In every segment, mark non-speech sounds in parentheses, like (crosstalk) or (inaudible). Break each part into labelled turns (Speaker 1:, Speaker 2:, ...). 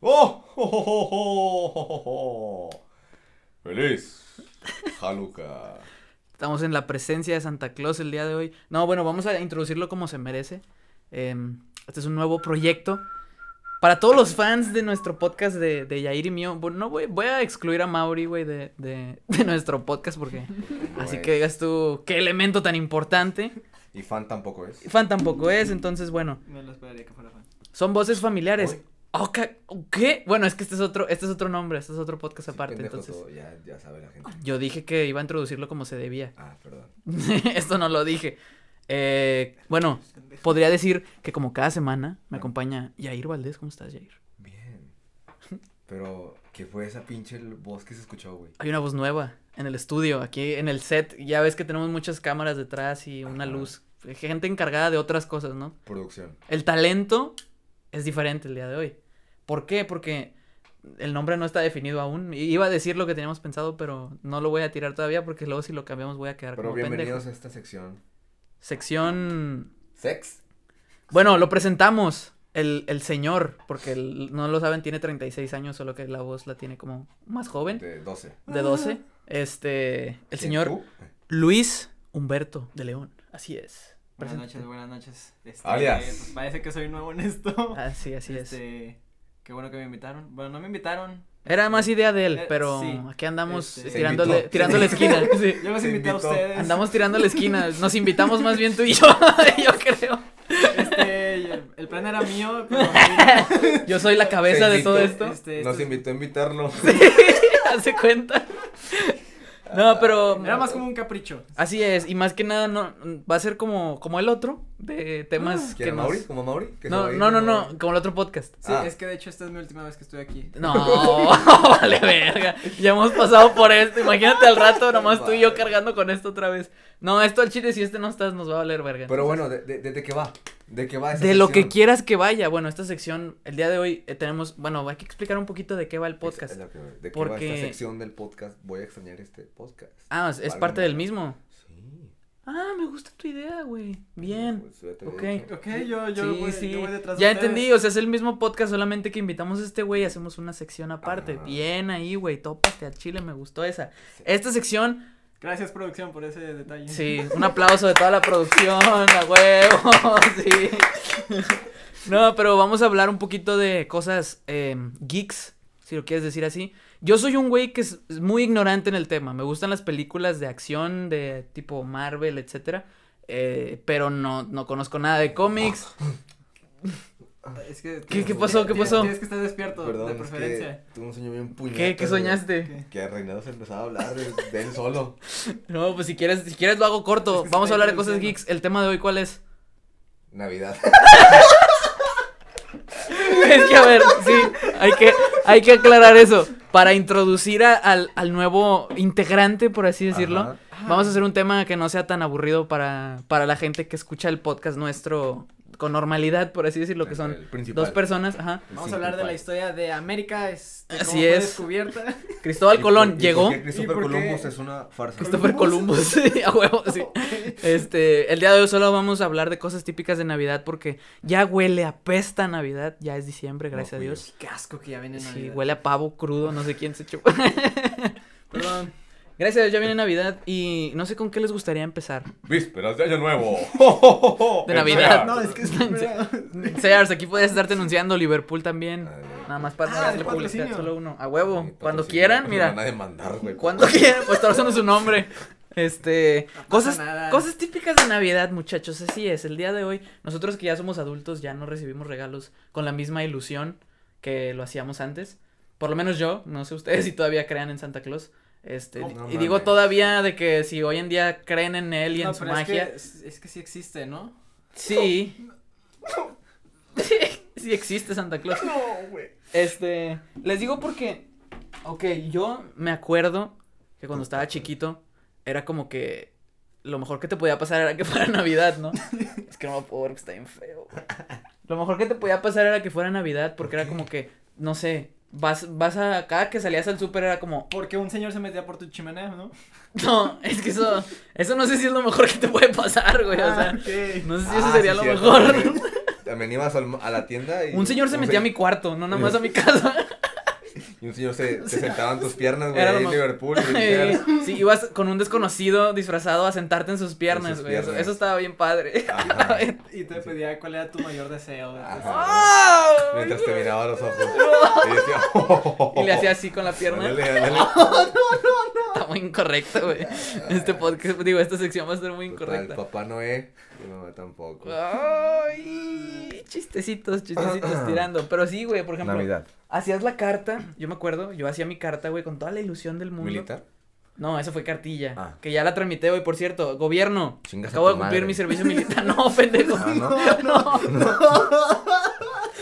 Speaker 1: ¡Oh! ¡Oh! ¡Oh! ¡Oh! ¡Oh! ¡Oh! ¡Oh! ¡Feliz! Hanukkah.
Speaker 2: Estamos en la presencia de Santa Claus el día de hoy. No, bueno, vamos a introducirlo como se merece. Em, este es un nuevo proyecto. Para todos los fans de nuestro podcast de, de Yair y mío, bueno, no voy, voy a excluir a Mauri, güey, de, de- de nuestro podcast porque...
Speaker 1: (laughs)
Speaker 2: Así
Speaker 1: Güey.
Speaker 2: que digas tú, qué elemento tan importante.
Speaker 1: Y fan tampoco es.
Speaker 2: Fan tampoco es, entonces, bueno,
Speaker 3: Me lo esperaría que fuera fan.
Speaker 2: son voces familiares.
Speaker 1: Uy.
Speaker 2: Oh, ca- ¿Qué? Bueno, es que este es otro, este es otro nombre, este es otro podcast aparte,
Speaker 1: Pendejo
Speaker 2: entonces...
Speaker 1: todo, Ya, ya sabe la gente.
Speaker 2: Yo dije que iba a introducirlo como se debía.
Speaker 1: Ah, perdón.
Speaker 2: (laughs) Esto no lo dije. Eh, bueno, podría decir que como cada semana me acompaña Yair Valdés. ¿Cómo estás, Yair?
Speaker 1: Bien. Pero, ¿qué fue esa pinche voz que se escuchó, güey?
Speaker 2: Hay una voz nueva en el estudio, aquí en el set. Ya ves que tenemos muchas cámaras detrás y una
Speaker 1: Ajá.
Speaker 2: luz. Gente encargada de otras cosas, ¿no?
Speaker 1: Producción.
Speaker 2: El talento es diferente el día de hoy. ¿Por qué? Porque el nombre no está definido aún. I- Iba a decir lo que teníamos pensado, pero no lo voy a tirar todavía porque luego si lo cambiamos voy a quedar
Speaker 1: Pero
Speaker 2: como pendejo.
Speaker 1: bienvenidos a esta sección.
Speaker 2: Sección
Speaker 1: ¿Sex?
Speaker 2: Bueno, lo presentamos. El, el señor, porque el- no lo saben, tiene 36 años, solo que la voz la tiene como más joven,
Speaker 1: De 12.
Speaker 2: de 12. Este, el
Speaker 1: ¿Quién,
Speaker 2: señor
Speaker 1: tú?
Speaker 2: Luis Humberto de León. Así es.
Speaker 3: Buenas
Speaker 2: Presente.
Speaker 3: noches, buenas noches. Este,
Speaker 1: Alias.
Speaker 3: pues parece que soy nuevo en esto.
Speaker 2: Así, Ah, así es.
Speaker 3: este, Qué bueno que me invitaron. Bueno, no me invitaron.
Speaker 2: Era más idea de él,
Speaker 3: Eh,
Speaker 2: pero
Speaker 3: sí.
Speaker 2: aquí andamos
Speaker 3: Este,
Speaker 2: eh, tirándole,
Speaker 1: invitó.
Speaker 2: tirando la
Speaker 3: (laughs)
Speaker 2: esquina. sí.
Speaker 3: Yo los
Speaker 1: Se
Speaker 3: invité a
Speaker 1: invitó.
Speaker 3: ustedes.
Speaker 2: Andamos tirando la esquina. Nos invitamos más bien tú y yo, (laughs) yo creo.
Speaker 3: Este, el plan era
Speaker 2: (laughs)
Speaker 3: mío, pero no
Speaker 2: Yo soy la cabeza
Speaker 1: Se
Speaker 2: de todo
Speaker 1: invitó. (laughs)
Speaker 2: esto.
Speaker 3: Este,
Speaker 1: Nos
Speaker 3: este-
Speaker 1: invitó a
Speaker 2: (laughs)
Speaker 1: invitarlo.
Speaker 2: Hace cuenta. No, pero.
Speaker 3: vino. Era más como un capricho.
Speaker 2: Así es, y más que nada no va a ser como como el otro de temas que
Speaker 1: ¿Quién,
Speaker 2: nos
Speaker 1: Mauri? ¿Como Mauri? ¿Que se va
Speaker 2: No,
Speaker 1: a ir
Speaker 2: no, no,
Speaker 1: como
Speaker 2: no,
Speaker 1: Mauri?
Speaker 2: como el otro podcast.
Speaker 3: Sí,
Speaker 1: Ah.
Speaker 3: es que de hecho esta es mi última vez que estoy aquí.
Speaker 2: No,
Speaker 1: (laughs)
Speaker 2: (laughs) vale verga. Ya hemos pasado por esto. Imagínate al rato nomás tú y yo
Speaker 1: Vale.
Speaker 2: cargando con esto otra vez. No, esto al chile si este no estás nos va a valer verga.
Speaker 1: Pero bueno, ¿de, de, de- de qué va? ¿De qué va esa
Speaker 2: de lo que
Speaker 1: sección?
Speaker 2: quieras que vaya. Bueno, esta sección el día de hoy eh, tenemos, bueno, hay que explicar un poquito de qué va el
Speaker 1: Es- es
Speaker 2: podcast.
Speaker 1: lo que- ¿De qué va
Speaker 2: Porque-
Speaker 1: esta sección del podcast? Voy a extrañar este podcast.
Speaker 2: Ah, es, es
Speaker 1: Válgame
Speaker 2: parte del
Speaker 1: Dios.
Speaker 2: mismo.
Speaker 1: Sí.
Speaker 2: Ah, me gusta tu idea, güey. Bien.
Speaker 1: Pues, ya te había
Speaker 2: Ok.
Speaker 1: dicho.
Speaker 3: Ok, yo, yo,
Speaker 2: sí,
Speaker 3: voy,
Speaker 2: sí.
Speaker 3: yo voy detrás de
Speaker 2: ya
Speaker 3: ustedes.
Speaker 2: entendí, o sea, es el mismo podcast, solamente que invitamos a este güey y hacemos una sección aparte.
Speaker 3: Ah.
Speaker 1: Ajá.
Speaker 2: Bien ahí, güey, tópate al chile, me gustó esa. Esta sección,
Speaker 3: Gracias, producción, por ese detalle.
Speaker 2: sí, un aplauso de toda la producción, a huevo, (laughs) sí. No, pero vamos a hablar un poquito de cosas eh, geeks, si lo quieres decir así. Yo soy un güey que es es muy ignorante en el tema. Me gustan las películas de acción de tipo Marvel, etcétera. eh, pero no, no conozco nada de cómics.
Speaker 3: Oh, Es que,
Speaker 2: ¿Qué- qué pasó? ¿Qué pasó?
Speaker 3: Tienes que estar despierto,
Speaker 1: Perdón,
Speaker 3: de
Speaker 1: es
Speaker 3: preferencia.
Speaker 1: que tuve un sueño bien puñado.
Speaker 2: ¿Qué, ¿Qué soñaste?
Speaker 1: Que Reinado se empezaba a hablar de, de él solo.
Speaker 2: No, pues si quieres, si quieres lo hago corto.
Speaker 3: Es que se
Speaker 2: Vamos a
Speaker 3: está
Speaker 2: hablar de cosas
Speaker 3: introduciendo.
Speaker 2: geeks. El tema de hoy, ¿cuál es? (laughs)
Speaker 1: Navidad.
Speaker 2: es que a ver, sí, hay que, hay que aclarar eso. Para introducir a- al, al nuevo integrante, por así decirlo,
Speaker 1: Ajá.
Speaker 2: vamos a hacer un tema que no sea tan aburrido para, para la gente que escucha el podcast nuestro con normalidad, por así decirlo, que son
Speaker 1: El principal.
Speaker 2: dos personas. Ajá.
Speaker 1: El
Speaker 3: Vamos a hablar de la
Speaker 1: principal.
Speaker 3: historia de América. Este,
Speaker 2: Así
Speaker 3: cómo fue
Speaker 2: es.
Speaker 3: descubierta.
Speaker 2: (laughs) Cristóbal
Speaker 1: ¿Y
Speaker 2: Colón
Speaker 1: por- y
Speaker 2: llegó.
Speaker 1: por qué Christopher
Speaker 3: ¿Y por qué?
Speaker 1: Columbus es una farsa.
Speaker 2: Christopher Columbus, (laughs) sí, a huevo, sí. Este, el día de hoy solo vamos a hablar de cosas típicas de Navidad porque ya huele, apesta a Navidad, ya es diciembre,
Speaker 1: No,
Speaker 2: gracias a
Speaker 1: fui yo.
Speaker 2: Dios.
Speaker 3: Qué asco que ya viene Navidad.
Speaker 2: Sí, huele a pavo crudo, no sé quién se
Speaker 3: (laughs)
Speaker 2: chupó.
Speaker 3: Perdón.
Speaker 2: Gracias a Dios ya viene Navidad y no sé con qué les gustaría empezar.
Speaker 1: Vísperas de Año
Speaker 2: (laughs)
Speaker 1: Nuevo. (laughs)
Speaker 2: De Navidad.
Speaker 3: No, es
Speaker 4: (laughs)
Speaker 3: que es primero.
Speaker 2: Sears, aquí puedes estarte anunciando Liverpool también. Nada más para
Speaker 3: Ah,
Speaker 2: no darle
Speaker 3: el
Speaker 2: publicidad,
Speaker 3: patrocinio.
Speaker 2: solo uno. A huevo, cuando quieran,
Speaker 1: Me van a
Speaker 2: mira.
Speaker 1: demandar, güey.
Speaker 2: Cuando quieran, pues está usando su nombre. Este,
Speaker 3: No pasa
Speaker 2: cosas,
Speaker 3: nada.
Speaker 2: cosas típicas de Navidad, muchachos, así es. El día de hoy, nosotros que ya somos adultos, ya no recibimos regalos con la misma ilusión que lo hacíamos antes. Por lo menos yo, no sé ustedes (laughs) si todavía crean en Santa Claus. Este,
Speaker 3: No
Speaker 2: y
Speaker 1: mames.
Speaker 2: digo todavía de que si hoy en día creen en él y en
Speaker 3: No,
Speaker 2: su
Speaker 3: pero
Speaker 2: magia.
Speaker 3: Es que, es que sí existe, ¿no? (laughs)
Speaker 2: Sí. (laughs) sí existe Santa Claus.
Speaker 1: No, güey.
Speaker 2: Este, les digo porque, ok, yo me acuerdo que cuando estaba chiquito era como que lo mejor que te podía pasar era que (laughs) fuera Navidad, ¿no? es que no me puedo ver que está bien feo. güey. Lo mejor que te podía pasar era que fuera Navidad porque era como que, no sé, vas, vas a, cada que salías al súper era como, (laughs)
Speaker 3: Porque un señor se metía por tu chimenea, ¿no?
Speaker 2: no, es que eso, eso no sé si es lo mejor que te puede pasar, (laughs) güey, o sea,
Speaker 3: Ah, ok.
Speaker 4: Ah,
Speaker 2: no sé si eso sería lo mejor.
Speaker 4: veníamos al- a la tienda y...
Speaker 2: Un señor se metía a mi cuarto, no nada más a mi casa.
Speaker 4: Y un señor se,
Speaker 2: (laughs)
Speaker 4: se sentaba en tus piernas, güey,
Speaker 2: Era
Speaker 4: ahí
Speaker 2: lo
Speaker 4: en
Speaker 2: más-
Speaker 4: Liverpool. y decías,
Speaker 2: (laughs) sí, ibas con un desconocido disfrazado a sentarte en sus piernas,
Speaker 4: sus
Speaker 2: güey. Eso,
Speaker 4: piernas.
Speaker 2: eso estaba bien padre.
Speaker 4: Ajá.
Speaker 3: Y te pedía cuál era tu mayor deseo.
Speaker 4: Ajá.
Speaker 2: (laughs) ¡Ah!
Speaker 4: Mientras te miraba a los
Speaker 2: (laughs)
Speaker 4: ojos. Y decía, (laughs) "Oh".
Speaker 2: Y le hacía así con la pierna.
Speaker 4: Ándale, ándale.
Speaker 2: (laughs) Está muy incorrecto, güey. Este podcast, digo, esta sección va a estar muy
Speaker 4: Total,
Speaker 2: incorrecta. Ah,
Speaker 4: papá Noé, mi mamá tampoco.
Speaker 2: Ay, chistecitos,
Speaker 4: Ah.
Speaker 2: chistecitos tirando. Pero sí, güey, por ejemplo. Hacías la carta, yo me acuerdo, yo hacía mi carta, güey, con toda la ilusión del mundo.
Speaker 4: ¿Militar?
Speaker 2: No, eso fue cartilla.
Speaker 4: Ah.
Speaker 2: Que ya la tramité, güey, por cierto. Gobierno.
Speaker 4: Chingas a
Speaker 2: acabo
Speaker 4: tu
Speaker 2: de cumplir
Speaker 4: madre.
Speaker 2: mi servicio militar. (laughs) No, pendejo.
Speaker 4: Ah, ¿no?
Speaker 2: (laughs) no.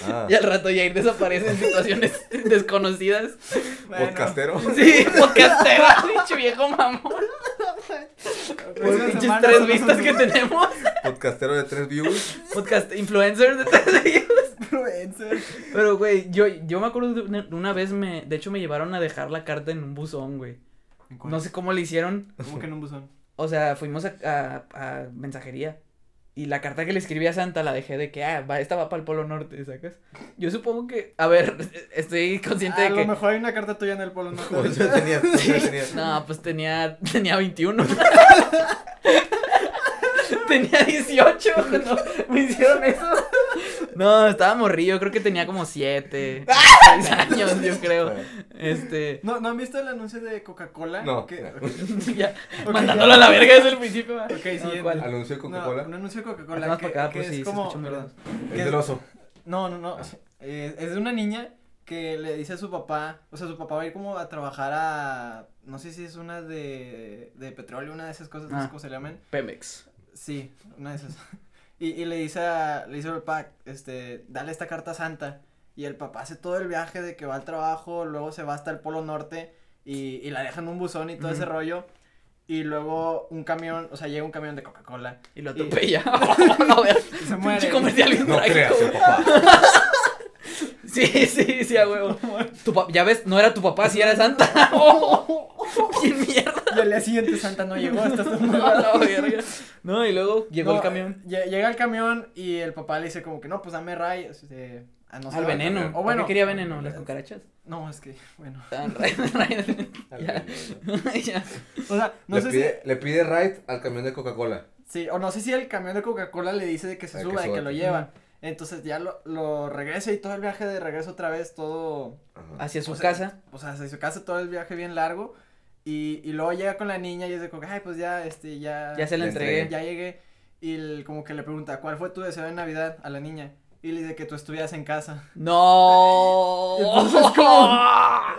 Speaker 4: Ah,
Speaker 2: (laughs) Y al rato Jair desaparece en (laughs) situaciones desconocidas.
Speaker 4: ¿Podcastero?
Speaker 2: Sí, podcastero, (laughs) pinche viejo mamón.
Speaker 3: pues,
Speaker 2: Por pinches tres vistas
Speaker 3: (laughs)
Speaker 2: que tenemos.
Speaker 4: ¿Podcastero de tres
Speaker 2: (laughs)
Speaker 4: views? (laughs)
Speaker 2: Podcast influencer de tres seguidores.
Speaker 3: tenemos.
Speaker 2: Pero, güey, yo, yo me acuerdo de una, de una vez me. De hecho, me llevaron a dejar la carta en un buzón, güey. No sé cómo le hicieron.
Speaker 3: ¿Cómo que en
Speaker 2: (laughs)
Speaker 3: un buzón?
Speaker 2: O sea, fuimos a, a- a mensajería. Y la carta que le escribí a Santa la dejé de que, ah, va, esta va para el Polo Norte, ¿sacas? Yo supongo que, a ver, (laughs) estoy consciente
Speaker 3: Ah, A
Speaker 2: de que...
Speaker 3: lo mejor hay una carta tuya en
Speaker 4: (laughs)
Speaker 3: el polo norte.
Speaker 4: Pues yo tenía, yo tenía.
Speaker 2: No, pues tenía, (laughs) tenía 21. tenía 18 cuando me hicieron eso. No, estaba morrillo, creo que tenía como 7, 6 años, yo creo. Este, (laughs)
Speaker 3: ¿No, ¿No han visto el anuncio de Coca-Cola?
Speaker 4: No.
Speaker 3: Que- Ok,
Speaker 2: ya,
Speaker 3: Ok,
Speaker 2: mandándolo a la verga desde el principio. va.
Speaker 3: ok, sí.
Speaker 2: No,
Speaker 3: en-
Speaker 2: ¿cuál?
Speaker 4: Anuncio de (laughs)
Speaker 3: No,
Speaker 4: Coca-Cola.
Speaker 3: un anuncio de
Speaker 2: Acá
Speaker 3: Coca-Cola.
Speaker 2: más
Speaker 3: que,
Speaker 2: para acá,
Speaker 3: que
Speaker 2: pues
Speaker 3: es
Speaker 2: sí, se
Speaker 3: como...
Speaker 2: escucha muy
Speaker 3: perdón.
Speaker 2: raro.
Speaker 4: Es del
Speaker 2: (laughs)
Speaker 4: oso.
Speaker 3: No, no, no. eh, es de una niña que le dice a su papá, o sea, su papá va a ir como a trabajar a, no sé si es una de, de petróleo, una de esas cosas, no sé
Speaker 2: Ah.
Speaker 3: cómo se llaman.
Speaker 2: Pemex.
Speaker 3: Sí, una de esas. Y, y le dice a, le dice al papá, este, dale esta carta a Santa. Y el papá hace todo el viaje de que va al trabajo, luego se va hasta el Polo Norte y, y la deja en un buzón y todo ese
Speaker 2: Ujú.
Speaker 3: rollo. Y luego un camión, o sea, llega un camión de Coca-Cola
Speaker 2: Y lo
Speaker 3: Y- (laughs)
Speaker 2: atropella. (laughs) A ver,
Speaker 3: y
Speaker 2: (laughs)
Speaker 3: se
Speaker 2: pinche
Speaker 3: muere.
Speaker 2: comercial bien
Speaker 4: No
Speaker 2: trágico.
Speaker 4: creas, el papá.
Speaker 2: Sí, sí, sí, a
Speaker 3: (laughs)
Speaker 2: huevo. Tu pa- ya ves, no era tu papá, sí era Santa. (laughs) Oh, bien mierda.
Speaker 3: Y al día siguiente Santa no llegó,
Speaker 2: (laughs)
Speaker 3: hasta este
Speaker 2: No, la verga. No, y luego llegó
Speaker 3: No,
Speaker 2: el camión.
Speaker 3: eh, lle- Llega el camión y el papá le dice como que no, pues dame ray. este, a no
Speaker 2: Al
Speaker 3: saber".
Speaker 2: veneno.
Speaker 4: también.
Speaker 2: ¿Por
Speaker 3: O bueno.
Speaker 2: qué quería veneno? ¿Las cucarachas?
Speaker 3: No, es que, bueno.
Speaker 2: Estaban ra- ra- (laughs)
Speaker 3: (laughs)
Speaker 2: ya. Ya.
Speaker 3: O sea, no
Speaker 4: le,
Speaker 3: sé
Speaker 4: pide, le pide ride al camión de Coca-Cola.
Speaker 3: si. Sí, o no sé si el camión de Coca-Cola le dice de que se
Speaker 4: Ah, que
Speaker 3: suba y que
Speaker 4: suba.
Speaker 3: lo lleva. Entonces ya lo, lo regresa y todo el viaje de regreso otra vez, todo.
Speaker 4: Ajá.
Speaker 2: (laughs) Hacia su
Speaker 3: o sea,
Speaker 2: casa.
Speaker 3: O sea, se hizo casa todo el viaje bien largo. Y, y luego llega con la niña y es de como, que, ay, pues ya, este, ya.
Speaker 2: Ya se la
Speaker 4: le entregué.
Speaker 2: entregué.
Speaker 3: ya llegué. Y el- como que le pregunta, ¿cuál fue tu deseo de Navidad a la niña? Y le dice que tú estuvieras en casa.
Speaker 2: No.
Speaker 3: Entonces, (laughs) ¿cómo?
Speaker 2: (laughs) A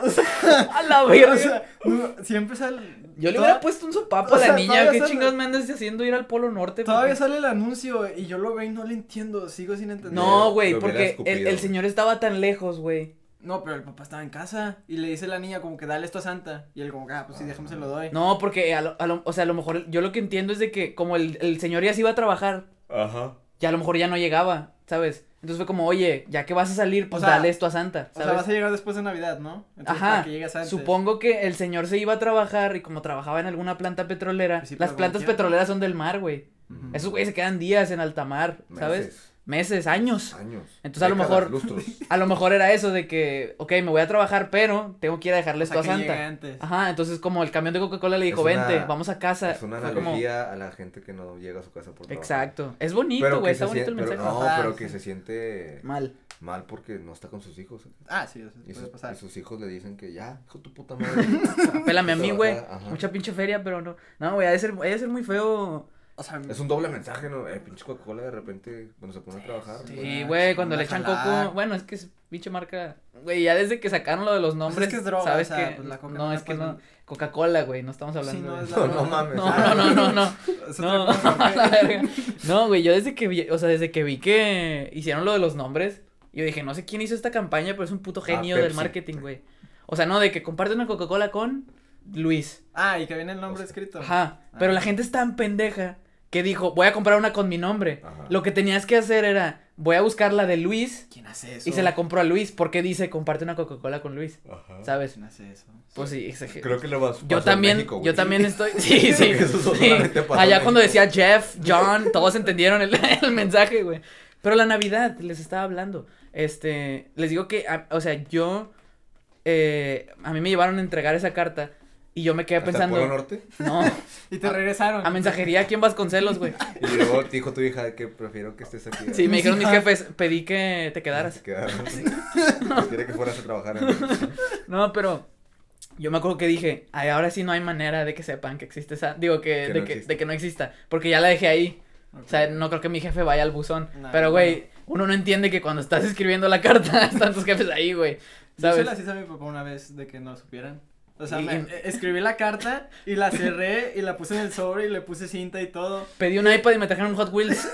Speaker 2: la
Speaker 3: Pero, o
Speaker 2: verga.
Speaker 3: sea, no, siempre sale.
Speaker 2: Yo le
Speaker 3: toda-
Speaker 2: hubiera puesto un sopapo a
Speaker 3: o
Speaker 2: la
Speaker 3: sea,
Speaker 2: niña.
Speaker 3: todavía
Speaker 2: ¿Qué
Speaker 3: sale-
Speaker 2: chingados me andas haciendo ir al Polo Norte?
Speaker 3: Todavía
Speaker 2: Porque-
Speaker 3: sale el anuncio y yo lo veo y no lo entiendo, sigo sin entender.
Speaker 2: No, güey,
Speaker 4: Lo hubiera
Speaker 2: porque el- el,
Speaker 4: escupido, güey.
Speaker 2: señor estaba tan lejos, güey.
Speaker 3: No, pero el papá estaba en casa y le dice a la niña como que dale esto a Santa y él como que ah, pues sí, déjame se lo doy.
Speaker 2: No, porque a lo, a lo- o sea, a lo mejor yo lo que entiendo es de que como el, el señor ya se iba a trabajar,
Speaker 4: Ajá.
Speaker 2: ya a lo mejor ya no llegaba, ¿sabes? Entonces fue como, oye, ya que vas a salir, pues
Speaker 3: sea,
Speaker 2: dale esto a Santa,
Speaker 3: o sea, vas
Speaker 2: ¿sabes?
Speaker 3: a llegar después de Navidad, ¿no? Entonces,
Speaker 2: Ajá,
Speaker 3: para que llegues antes.
Speaker 2: supongo que el señor se iba a trabajar y como trabajaba en alguna planta petrolera,
Speaker 3: Pues sí,
Speaker 2: las
Speaker 3: pero
Speaker 2: plantas
Speaker 3: como quiera.
Speaker 2: petroleras son del mar, güey. Esos güeyes se quedan días en alta mar, ¿sabes? Meses,
Speaker 4: Mm. Meses,
Speaker 2: años.
Speaker 4: Años.
Speaker 2: Entonces, a lo
Speaker 4: décadas,
Speaker 2: mejor-
Speaker 4: Lustros.
Speaker 2: (laughs) A lo mejor era eso de que, ok, me voy a trabajar, pero tengo que ir a dejarle
Speaker 3: O sea,
Speaker 2: esto a
Speaker 3: que llegue
Speaker 2: Santa.
Speaker 3: antes.
Speaker 2: Ajá, entonces como el camión de Coca-Cola le dijo,
Speaker 4: Es una-
Speaker 2: vente, vamos a casa.
Speaker 4: Es una
Speaker 2: fue como-
Speaker 4: analogía a la gente que no llega a su casa por trabajo.
Speaker 2: Exacto. Es bonito,
Speaker 4: Pero
Speaker 2: güey.
Speaker 4: que
Speaker 2: Está
Speaker 4: se
Speaker 2: bonito el
Speaker 4: sien- pero
Speaker 2: mensaje.
Speaker 4: No,
Speaker 3: Ajá,
Speaker 4: pero
Speaker 3: sí.
Speaker 4: que se siente
Speaker 2: Mal.
Speaker 4: mal porque no está con sus hijos.
Speaker 3: Ah, sí, eso
Speaker 4: Y
Speaker 3: puede
Speaker 4: sus,
Speaker 3: pasar.
Speaker 4: y sus hijos le dicen que ya, hijo de tu puta madre.
Speaker 2: (laughs) Pélame a mí, güey.
Speaker 4: Ajá.
Speaker 2: Mucha pinche feria, pero no. No, güey, ha de ser, ha de ser muy feo.
Speaker 3: O sea,
Speaker 4: Es un doble mensaje, ¿no? Eh, pinche Coca-Cola de repente cuando se pone a trabajar. pues,
Speaker 3: Sí,
Speaker 4: güey.
Speaker 2: Sí,
Speaker 3: güey,
Speaker 2: güey, cuando
Speaker 3: no
Speaker 2: le
Speaker 3: la
Speaker 2: echan
Speaker 3: jalá.
Speaker 2: coco. Bueno, es que es pinche marca. Güey, ya desde que sacaron lo de los nombres.
Speaker 3: Pues es que es droga,
Speaker 2: ¿sabes
Speaker 3: o sea,
Speaker 2: que-
Speaker 3: pues, la coca
Speaker 2: no,
Speaker 3: no
Speaker 2: es
Speaker 3: la
Speaker 2: que
Speaker 3: puedes
Speaker 2: no.
Speaker 3: vender.
Speaker 2: Coca-Cola, güey, no estamos hablando
Speaker 3: Sí, no,
Speaker 2: de
Speaker 3: es
Speaker 2: eso.
Speaker 3: (laughs) la- pues,
Speaker 4: No, no mames.
Speaker 2: (laughs) No, Ah, no, no, no.
Speaker 3: es otra
Speaker 2: No,
Speaker 3: cosa,
Speaker 2: (laughs)
Speaker 3: ok.
Speaker 2: la verga. No, güey, yo desde que vi, o sea, desde que vi que hicieron lo de los nombres, yo dije, no sé quién hizo esta campaña, pero es un
Speaker 3: Ah,
Speaker 2: puto genio del
Speaker 4: Pepsi.
Speaker 2: marketing, güey. O sea, no, de que comparte una Coca-Cola con Luis.
Speaker 3: Ah, y que viene el nombre
Speaker 2: (laughs)
Speaker 3: escrito.
Speaker 2: Ajá. Pero
Speaker 4: Ah.
Speaker 2: la gente es tan pendeja que dijo, voy a comprar una con mi nombre.
Speaker 4: Ajá.
Speaker 2: Lo que tenías que hacer era, voy a buscar la de Luis
Speaker 3: ¿Quién hace eso?
Speaker 2: y se la compró a Luis porque dice, comparte una Coca-Cola con Luis,
Speaker 4: Ajá.
Speaker 2: ¿sabes?
Speaker 3: ¿Quién hace eso?
Speaker 2: Pues sí, exageré.
Speaker 4: Ah. Creo que lo vas
Speaker 2: Yo también, yo también
Speaker 4: (laughs)
Speaker 2: estoy, sí, sí,
Speaker 4: Eso
Speaker 2: sí.
Speaker 4: solamente pasó en
Speaker 2: allá cuando
Speaker 4: México.
Speaker 2: (laughs) decía Jeff, John, todos entendieron el, el mensaje, güey, Pero la Navidad, les estaba hablando. Este, les digo que, a- o sea, yo, eh, a mí me llevaron a entregar esa carta y yo me quedé
Speaker 4: ¿Hasta el
Speaker 2: pensando.
Speaker 4: Polo Norte?
Speaker 2: No,
Speaker 3: Y te regresaron.
Speaker 2: a mensajería aquí en Vasconcelos, güey.
Speaker 4: Y luego te dijo tu hija de que prefiero que estés aquí.
Speaker 2: Sí, me dijeron mis jefes, pedí que te
Speaker 3: Ah,
Speaker 4: (laughs)
Speaker 2: quedaras.
Speaker 4: Quiere Pues que fueras a trabajar.
Speaker 2: (laughs)
Speaker 4: ¿no?
Speaker 2: No, pero yo me acuerdo que dije, "Ay, ahora sí no hay manera de que sepan que existe esa, digo que,
Speaker 4: Que
Speaker 2: de,
Speaker 4: no
Speaker 2: que,
Speaker 4: existe.
Speaker 2: de que no exista, porque ya la dejé ahí. O
Speaker 3: Ok.
Speaker 2: sea, no creo que mi jefe vaya al buzón.
Speaker 3: No,
Speaker 2: pero,
Speaker 3: no,
Speaker 2: güey, uno no entiende que cuando estás escribiendo la carta (laughs) están tus jefes ahí, güey.
Speaker 3: Yo se
Speaker 2: ¿Sabes?
Speaker 3: las hice a mi papá una vez de que no supieran. O sea,
Speaker 2: Y-
Speaker 3: me- eh, escribí la carta y la cerré y la puse en el sobre y le puse cinta y todo.
Speaker 2: Pedí un iPad y me trajeron un Hot
Speaker 3: (laughs)
Speaker 2: Wheels.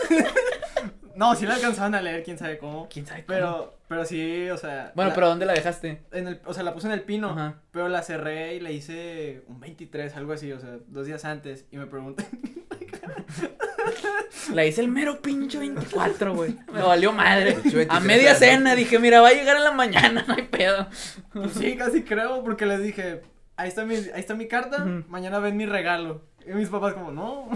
Speaker 3: No, sí la alcanzaban a leer, quién sabe cómo.
Speaker 2: ¿Quién sabe cómo?
Speaker 3: Pero, pero sí, o sea.
Speaker 2: Bueno,
Speaker 3: la-
Speaker 2: pero ¿dónde la dejaste?
Speaker 3: En el, o sea, la puse en el pino,
Speaker 2: Ajá.
Speaker 3: pero la cerré y le hice un 23, algo así, o sea, dos días antes. Y me preguntan, (laughs)
Speaker 2: La hice el mero pincho 24, güey. Me valió madre.
Speaker 4: Pinche 23
Speaker 2: A media
Speaker 4: años.
Speaker 2: cena dije, mira, va a llegar en la mañana, (laughs) no hay pedo.
Speaker 3: pues sí, casi creo, porque les dije, ahí está mi, ahí está mi carta,
Speaker 2: Ujú.
Speaker 3: mañana ven mi regalo. Y mis papás como, no.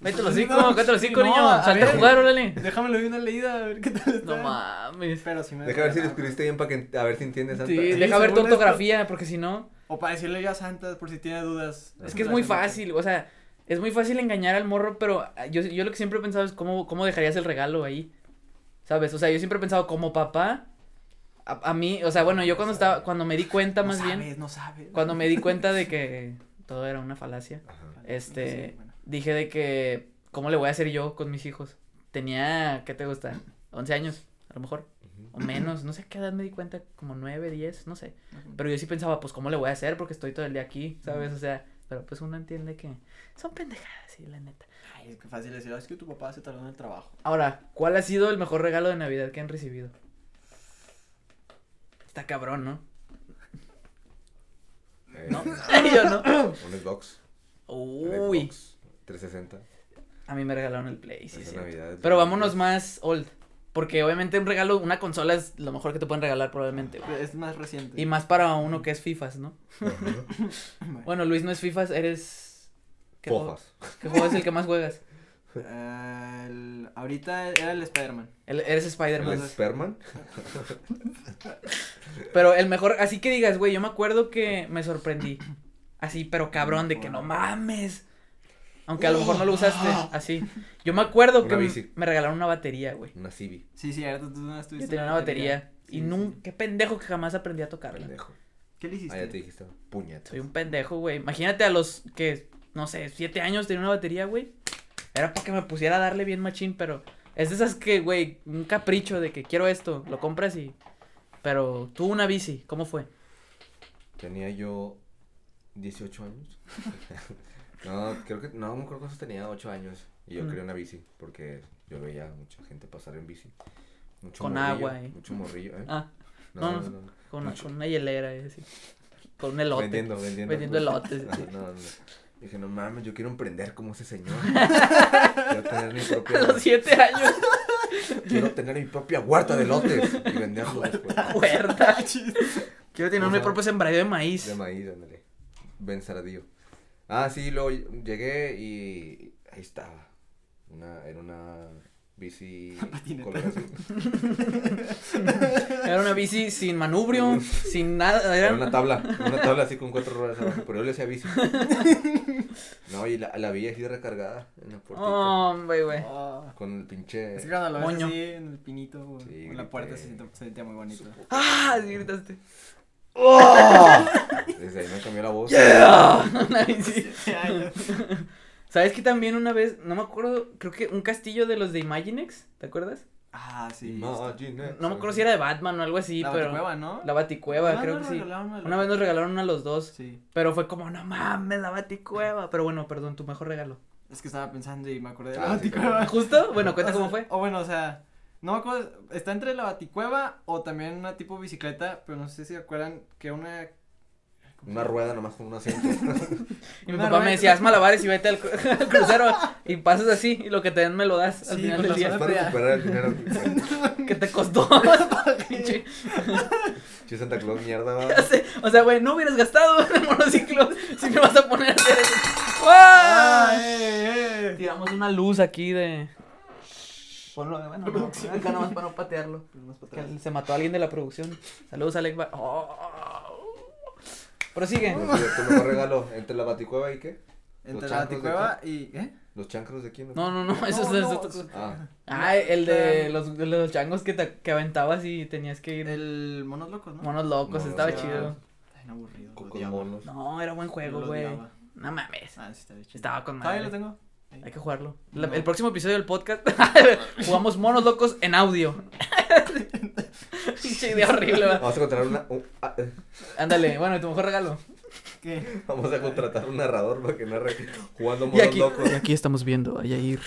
Speaker 2: Vete
Speaker 3: (laughs)
Speaker 2: los cinco,
Speaker 3: No,
Speaker 2: vete los cinco,
Speaker 3: no,
Speaker 2: niño.
Speaker 3: a
Speaker 2: Salte a
Speaker 3: ver.
Speaker 2: jugar, órale.
Speaker 3: Déjamelo de una leída, a ver qué tal está.
Speaker 2: No mames.
Speaker 3: Pero sí me
Speaker 4: Deja ver si lo
Speaker 3: regalaron.
Speaker 4: escribiste bien para que a ver si entiendes Santa.
Speaker 2: Sí,
Speaker 3: Sí,
Speaker 2: deja ver tu
Speaker 3: según esto-
Speaker 2: ortografía, porque si no.
Speaker 3: O para decirle yo a Santa por si tiene dudas.
Speaker 2: Es que es muy fácil, o sea, es muy fácil engañar al morro, pero ah, yo, yo lo que siempre he pensado es cómo, cómo dejarías el regalo ahí. ¿Sabes? O sea, yo siempre he pensado como papá. A, a mí, o sea, bueno, yo cuando estaba, cuando me di cuenta
Speaker 3: No
Speaker 2: más
Speaker 3: sabes,
Speaker 2: bien,
Speaker 3: No sabes.
Speaker 2: cuando me di cuenta de que todo era una falacia.
Speaker 4: Ajá.
Speaker 2: Este,
Speaker 3: Sí, bueno.
Speaker 2: dije de que, ¿cómo le voy a hacer yo con mis hijos? Tenía, ¿qué te gusta? 11 años, a lo mejor, o menos, no sé a qué edad me di cuenta, como 9, 10, no sé. Pero yo sí pensaba, pues, ¿cómo le voy a hacer? Porque estoy todo el día aquí, ¿sabes? O sea, pero pues uno entiende que son pendejadas, sí, la neta.
Speaker 3: Ay, es que fácil decir, es que tu papá se tardó en el trabajo.
Speaker 2: Ahora, ¿cuál ha sido el mejor regalo de Navidad que han recibido? Está cabrón,
Speaker 3: (laughs)
Speaker 2: ¿no?
Speaker 4: Eh,
Speaker 2: No, yo no.
Speaker 4: Un Xbox. un
Speaker 2: Uy,
Speaker 4: Xbox 360.
Speaker 2: a mí me regalaron el Play, sí,
Speaker 4: Esa
Speaker 2: cierto.
Speaker 4: Navidad es
Speaker 2: Pero
Speaker 4: la-
Speaker 2: vámonos más old. Porque obviamente un regalo, una consola es lo mejor que te pueden regalar probablemente. güey.
Speaker 3: Es más reciente.
Speaker 2: Y más para uno que es FIFAs, ¿no? Bueno, Luis no es FIFAs, eres... ¿Qué juego,
Speaker 4: Fofas.
Speaker 2: ¿Qué juego es el que más juegas?
Speaker 3: Eh, el- ahorita era el Spider-Man.
Speaker 2: El- eres Spider-Man.
Speaker 4: ¿El Sperman?
Speaker 2: Pero el mejor, así que digas, güey, yo me acuerdo que me sorprendí. Así, pero cabrón, de que no mames. Aunque a lo mejor no lo usaste, así. Yo me acuerdo
Speaker 4: Una
Speaker 2: que me,
Speaker 4: bici.
Speaker 2: me regalaron una batería, güey.
Speaker 4: Una Civi.
Speaker 3: Sí, sí, ahorita tú no estuviste.
Speaker 2: Yo
Speaker 3: en
Speaker 2: tenía
Speaker 3: la
Speaker 2: una batería.
Speaker 3: Sí,
Speaker 2: y
Speaker 3: sí.
Speaker 2: nunca, qué pendejo que jamás aprendí a tocarla.
Speaker 4: Pendejo.
Speaker 3: ¿Qué le
Speaker 4: Ah, ya te
Speaker 3: hiciste?
Speaker 4: dijiste. Puñetas.
Speaker 2: Soy un pendejo, güey. Imagínate a los que, no sé, siete años tenía una batería, güey. Era para que me pusiera a darle bien machín, pero es de esas que, güey, un capricho de que quiero esto, lo compras y. Pero tú una bici, ¿cómo fue?
Speaker 4: Tenía yo 18
Speaker 2: (laughs)
Speaker 4: años. no, creo que. No, me acuerdo cuántos tenía 8 años. Y yo
Speaker 2: Mm.
Speaker 4: quería una bici. Porque yo veía mucha gente pasar en bici. Mucho
Speaker 2: Con
Speaker 4: morrillo,
Speaker 2: agua, eh.
Speaker 4: Mucho morrillo, ¿eh?
Speaker 2: Ah, no,
Speaker 4: no,
Speaker 2: no.
Speaker 4: no, no.
Speaker 2: con, una-
Speaker 4: Mucho.
Speaker 2: con una hielera, y así. Con un elote.
Speaker 4: Vendiendo, vendiendo.
Speaker 2: Vendiendo elotes,
Speaker 4: Ajá,
Speaker 2: sí.
Speaker 4: (laughs) no, no. Dije, no mames, yo quiero emprender como ese
Speaker 2: (laughs)
Speaker 4: señor. quiero tener mi
Speaker 2: (laughs) A
Speaker 4: propia.
Speaker 2: los
Speaker 4: (laughs)
Speaker 2: siete años,
Speaker 4: Quiero tener mi propia huerta de elotes. Y venderlos pues. después.
Speaker 2: puerta. Quiero tener mi
Speaker 4: Ajá.
Speaker 2: propio sembradío de maíz.
Speaker 4: De maíz, ándale. Ben Saradío. Ah, sí, luego llegué y ahí estaba. Una, era una bici
Speaker 3: patineta.
Speaker 4: color azul.
Speaker 2: Era una bici
Speaker 4: (laughs)
Speaker 2: sin manubrio, sin nada.
Speaker 4: Era
Speaker 2: Era
Speaker 4: una tabla, una tabla así con cuatro ruedas abajo, pero yo le hacía
Speaker 2: (laughs)
Speaker 4: bici. No, y la, la vi así recargada en la puertita.
Speaker 2: Hombre, güey.
Speaker 3: Ah.
Speaker 4: Con el pinche...
Speaker 3: Es que cuando lo ves
Speaker 2: Eh, Moño.
Speaker 3: así en el pinito o
Speaker 4: Sí,
Speaker 3: en la puerta se
Speaker 4: grité.
Speaker 3: siente- se sentía muy bonito.
Speaker 2: Ah, sí gritaste.
Speaker 4: Desde ahí me cambió la voz.
Speaker 2: (laughs) Una bici.
Speaker 3: (laughs) Ay,
Speaker 4: (laughs)
Speaker 2: ¿Sabes que también una vez, no me acuerdo, creo que un castillo de los de Imaginex, ¿te acuerdas?
Speaker 3: ah, sí.
Speaker 4: Imagine-
Speaker 2: No me acuerdo si era de Batman o algo así,
Speaker 3: la
Speaker 2: pero.
Speaker 3: Baticueva, ¿no?
Speaker 2: La Baticueva,
Speaker 3: Ah,
Speaker 2: creo
Speaker 3: nos
Speaker 2: que sí.
Speaker 3: regalaron una-
Speaker 2: Una vez nos regalaron una a los dos,
Speaker 3: Sí.
Speaker 2: pero fue como, no mames, la Baticueva. Pero bueno, perdón, tu mejor regalo.
Speaker 3: Es que estaba pensando y me acordé de
Speaker 4: Ah,
Speaker 3: la
Speaker 4: sí,
Speaker 3: baticueva.
Speaker 2: ¿Justo? Bueno, cuenta
Speaker 3: O sea,
Speaker 2: cómo fue.
Speaker 3: O bueno, o sea, no me acuerdo, está entre la baticueva o también una tipo bicicleta, pero no sé si se acuerdan que una...
Speaker 4: Una rueda nomás con un
Speaker 2: (laughs)
Speaker 4: asiento.
Speaker 2: Y mi
Speaker 3: una
Speaker 2: papá
Speaker 3: rueda-
Speaker 2: me decía, haz malabares y vete al, cru- (laughs) al crucero y pasas así y lo que te den me lo das al
Speaker 3: Sí,
Speaker 2: final
Speaker 3: con
Speaker 2: del
Speaker 3: la
Speaker 2: día.
Speaker 4: Para recuperar el dinero.
Speaker 2: Que te costó. (laughs) Pinche-
Speaker 4: Che, Santa Claus, mierda. va.
Speaker 2: (laughs) Ya sé. O sea, güey, no hubieras gastado (laughs) en el monociclo si me vas a poner a hacer
Speaker 3: Ah,
Speaker 2: eso. ¡Guau!
Speaker 3: ¡Ay!
Speaker 2: Tiramos una luz aquí de. Ponlo, bueno, no, acá nomás para no patearlo.
Speaker 3: Más para
Speaker 2: Que
Speaker 3: atrás.
Speaker 2: Se mató alguien de la producción. Saludos, Alec. Ba- Oh. Prosigue.
Speaker 4: No, sí, tu mejor regalo, entre la baticueva y qué?
Speaker 3: Entre
Speaker 4: Los
Speaker 3: la
Speaker 4: charcos de
Speaker 3: baticueva y.
Speaker 2: (laughs)
Speaker 3: ¿Eh?
Speaker 4: ¿Los chancros de quién?
Speaker 2: No, no, no, eso
Speaker 3: No,
Speaker 2: es
Speaker 3: no,
Speaker 2: otra cosa.
Speaker 4: Ah,
Speaker 2: Ah, el de los, de los changos que, te, que aventabas y tenías que ir.
Speaker 3: El monos locos, ¿no?
Speaker 2: Monos locos,
Speaker 4: Monos
Speaker 2: estaba
Speaker 4: locos.
Speaker 2: chido.
Speaker 3: Ay, no aburrido.
Speaker 4: con
Speaker 3: lo odiaba.
Speaker 4: monos.
Speaker 2: No, era buen juego,
Speaker 3: Lo
Speaker 2: güey.
Speaker 3: odiaba.
Speaker 2: No mames.
Speaker 3: Ah, sí, estaba chido.
Speaker 2: Estaba con
Speaker 3: Todavía
Speaker 2: madre.
Speaker 3: lo tengo.
Speaker 2: Hay que jugarlo. La-
Speaker 3: No.
Speaker 2: El próximo episodio del podcast (laughs) jugamos monos locos en audio. (laughs) Pinche idea horrible, va.
Speaker 4: Vamos a contratar una, un- ah, eh,
Speaker 2: Ándale, bueno, tu mejor regalo.
Speaker 3: ¿Qué?
Speaker 4: vamos a contratar un narrador para que narre jugando
Speaker 2: Y
Speaker 4: monos
Speaker 2: aquí,
Speaker 4: locos.
Speaker 2: y aquí estamos viendo a Yair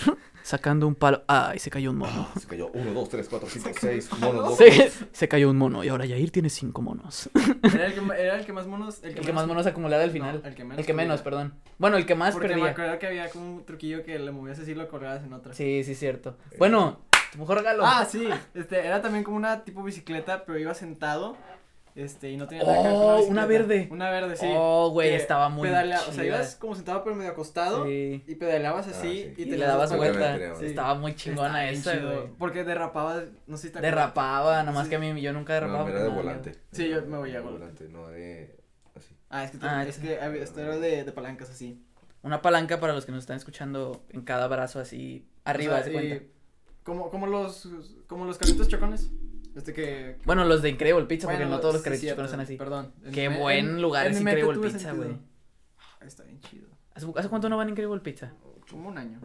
Speaker 2: sacando un palo. Ay, se cayó un mono.
Speaker 4: Ah, Se cayó 1, 2, 3, 4, 5, 6, monos locos.
Speaker 2: Se, se cayó un mono y ahora Yair tiene cinco monos.
Speaker 3: Era el que, ma- era el que más monos. El
Speaker 2: El que más monos acumulaba al final.
Speaker 3: No, el que menos
Speaker 2: el que menos,
Speaker 3: tuviera.
Speaker 2: perdón. Bueno, el que más
Speaker 3: Porque me
Speaker 2: perdía.
Speaker 3: acuerdo que había como un truquillo que le movías así y lo colgabas en otra.
Speaker 2: Sí, sí, cierto. Bueno, tu mejor regalo.
Speaker 3: Ah, sí. Este, era también como una tipo bicicleta, pero iba sentado. Este, y no tenía nada que ver con la
Speaker 2: Oh,
Speaker 3: bicicleta.
Speaker 2: una verde.
Speaker 3: Una verde, sí.
Speaker 2: Oh, güey,
Speaker 3: Que
Speaker 2: estaba muy
Speaker 3: pedalea- O sea,
Speaker 2: chida.
Speaker 3: ibas como sentado pero medio acostado.
Speaker 2: Sí.
Speaker 3: Y pedaleabas así
Speaker 4: Ah, sí.
Speaker 2: Y,
Speaker 3: y te
Speaker 2: le dabas
Speaker 4: Porque me
Speaker 2: vuelta.
Speaker 4: entregaba.
Speaker 2: Sí, Estaba muy
Speaker 3: Estaba
Speaker 2: chingona
Speaker 3: bien
Speaker 2: esa,
Speaker 3: chido,
Speaker 2: güey.
Speaker 3: Porque derrapaba, no sé si te acuerdas.
Speaker 2: Derrapaba, nomás
Speaker 3: Sí.
Speaker 2: que a mí yo nunca derrapaba.
Speaker 4: No, me era de
Speaker 2: porque no,
Speaker 4: volante.
Speaker 3: Sí, yo me voy a
Speaker 4: De
Speaker 3: volante.
Speaker 4: volante. No, de. Así.
Speaker 3: Ah, es que, te-
Speaker 2: Ah,
Speaker 3: es
Speaker 2: sí.
Speaker 3: que había- esto era de, de palancas así.
Speaker 2: Una palanca para los que nos están escuchando en cada brazo así arriba,
Speaker 3: O sea,
Speaker 2: haz de
Speaker 3: y
Speaker 2: cuenta.
Speaker 3: Como, como los, como los carritos chocones. Este que.
Speaker 2: Bueno, los de Incredible Pizza, porque
Speaker 3: bueno,
Speaker 2: no todos los
Speaker 3: sí,
Speaker 2: carritos
Speaker 3: cierto,
Speaker 2: chicones están así.
Speaker 3: Perdón. En
Speaker 2: Qué
Speaker 3: mi-
Speaker 2: buen
Speaker 3: en-
Speaker 2: lugar
Speaker 3: en
Speaker 2: es
Speaker 3: mi mente
Speaker 2: Incredible
Speaker 3: tuve
Speaker 2: Pizza,
Speaker 3: sentido.
Speaker 2: güey.
Speaker 3: Ah, Está bien chido.
Speaker 2: ¿Hace, hace cuánto no van a Incredible Pizza?
Speaker 3: Como un año.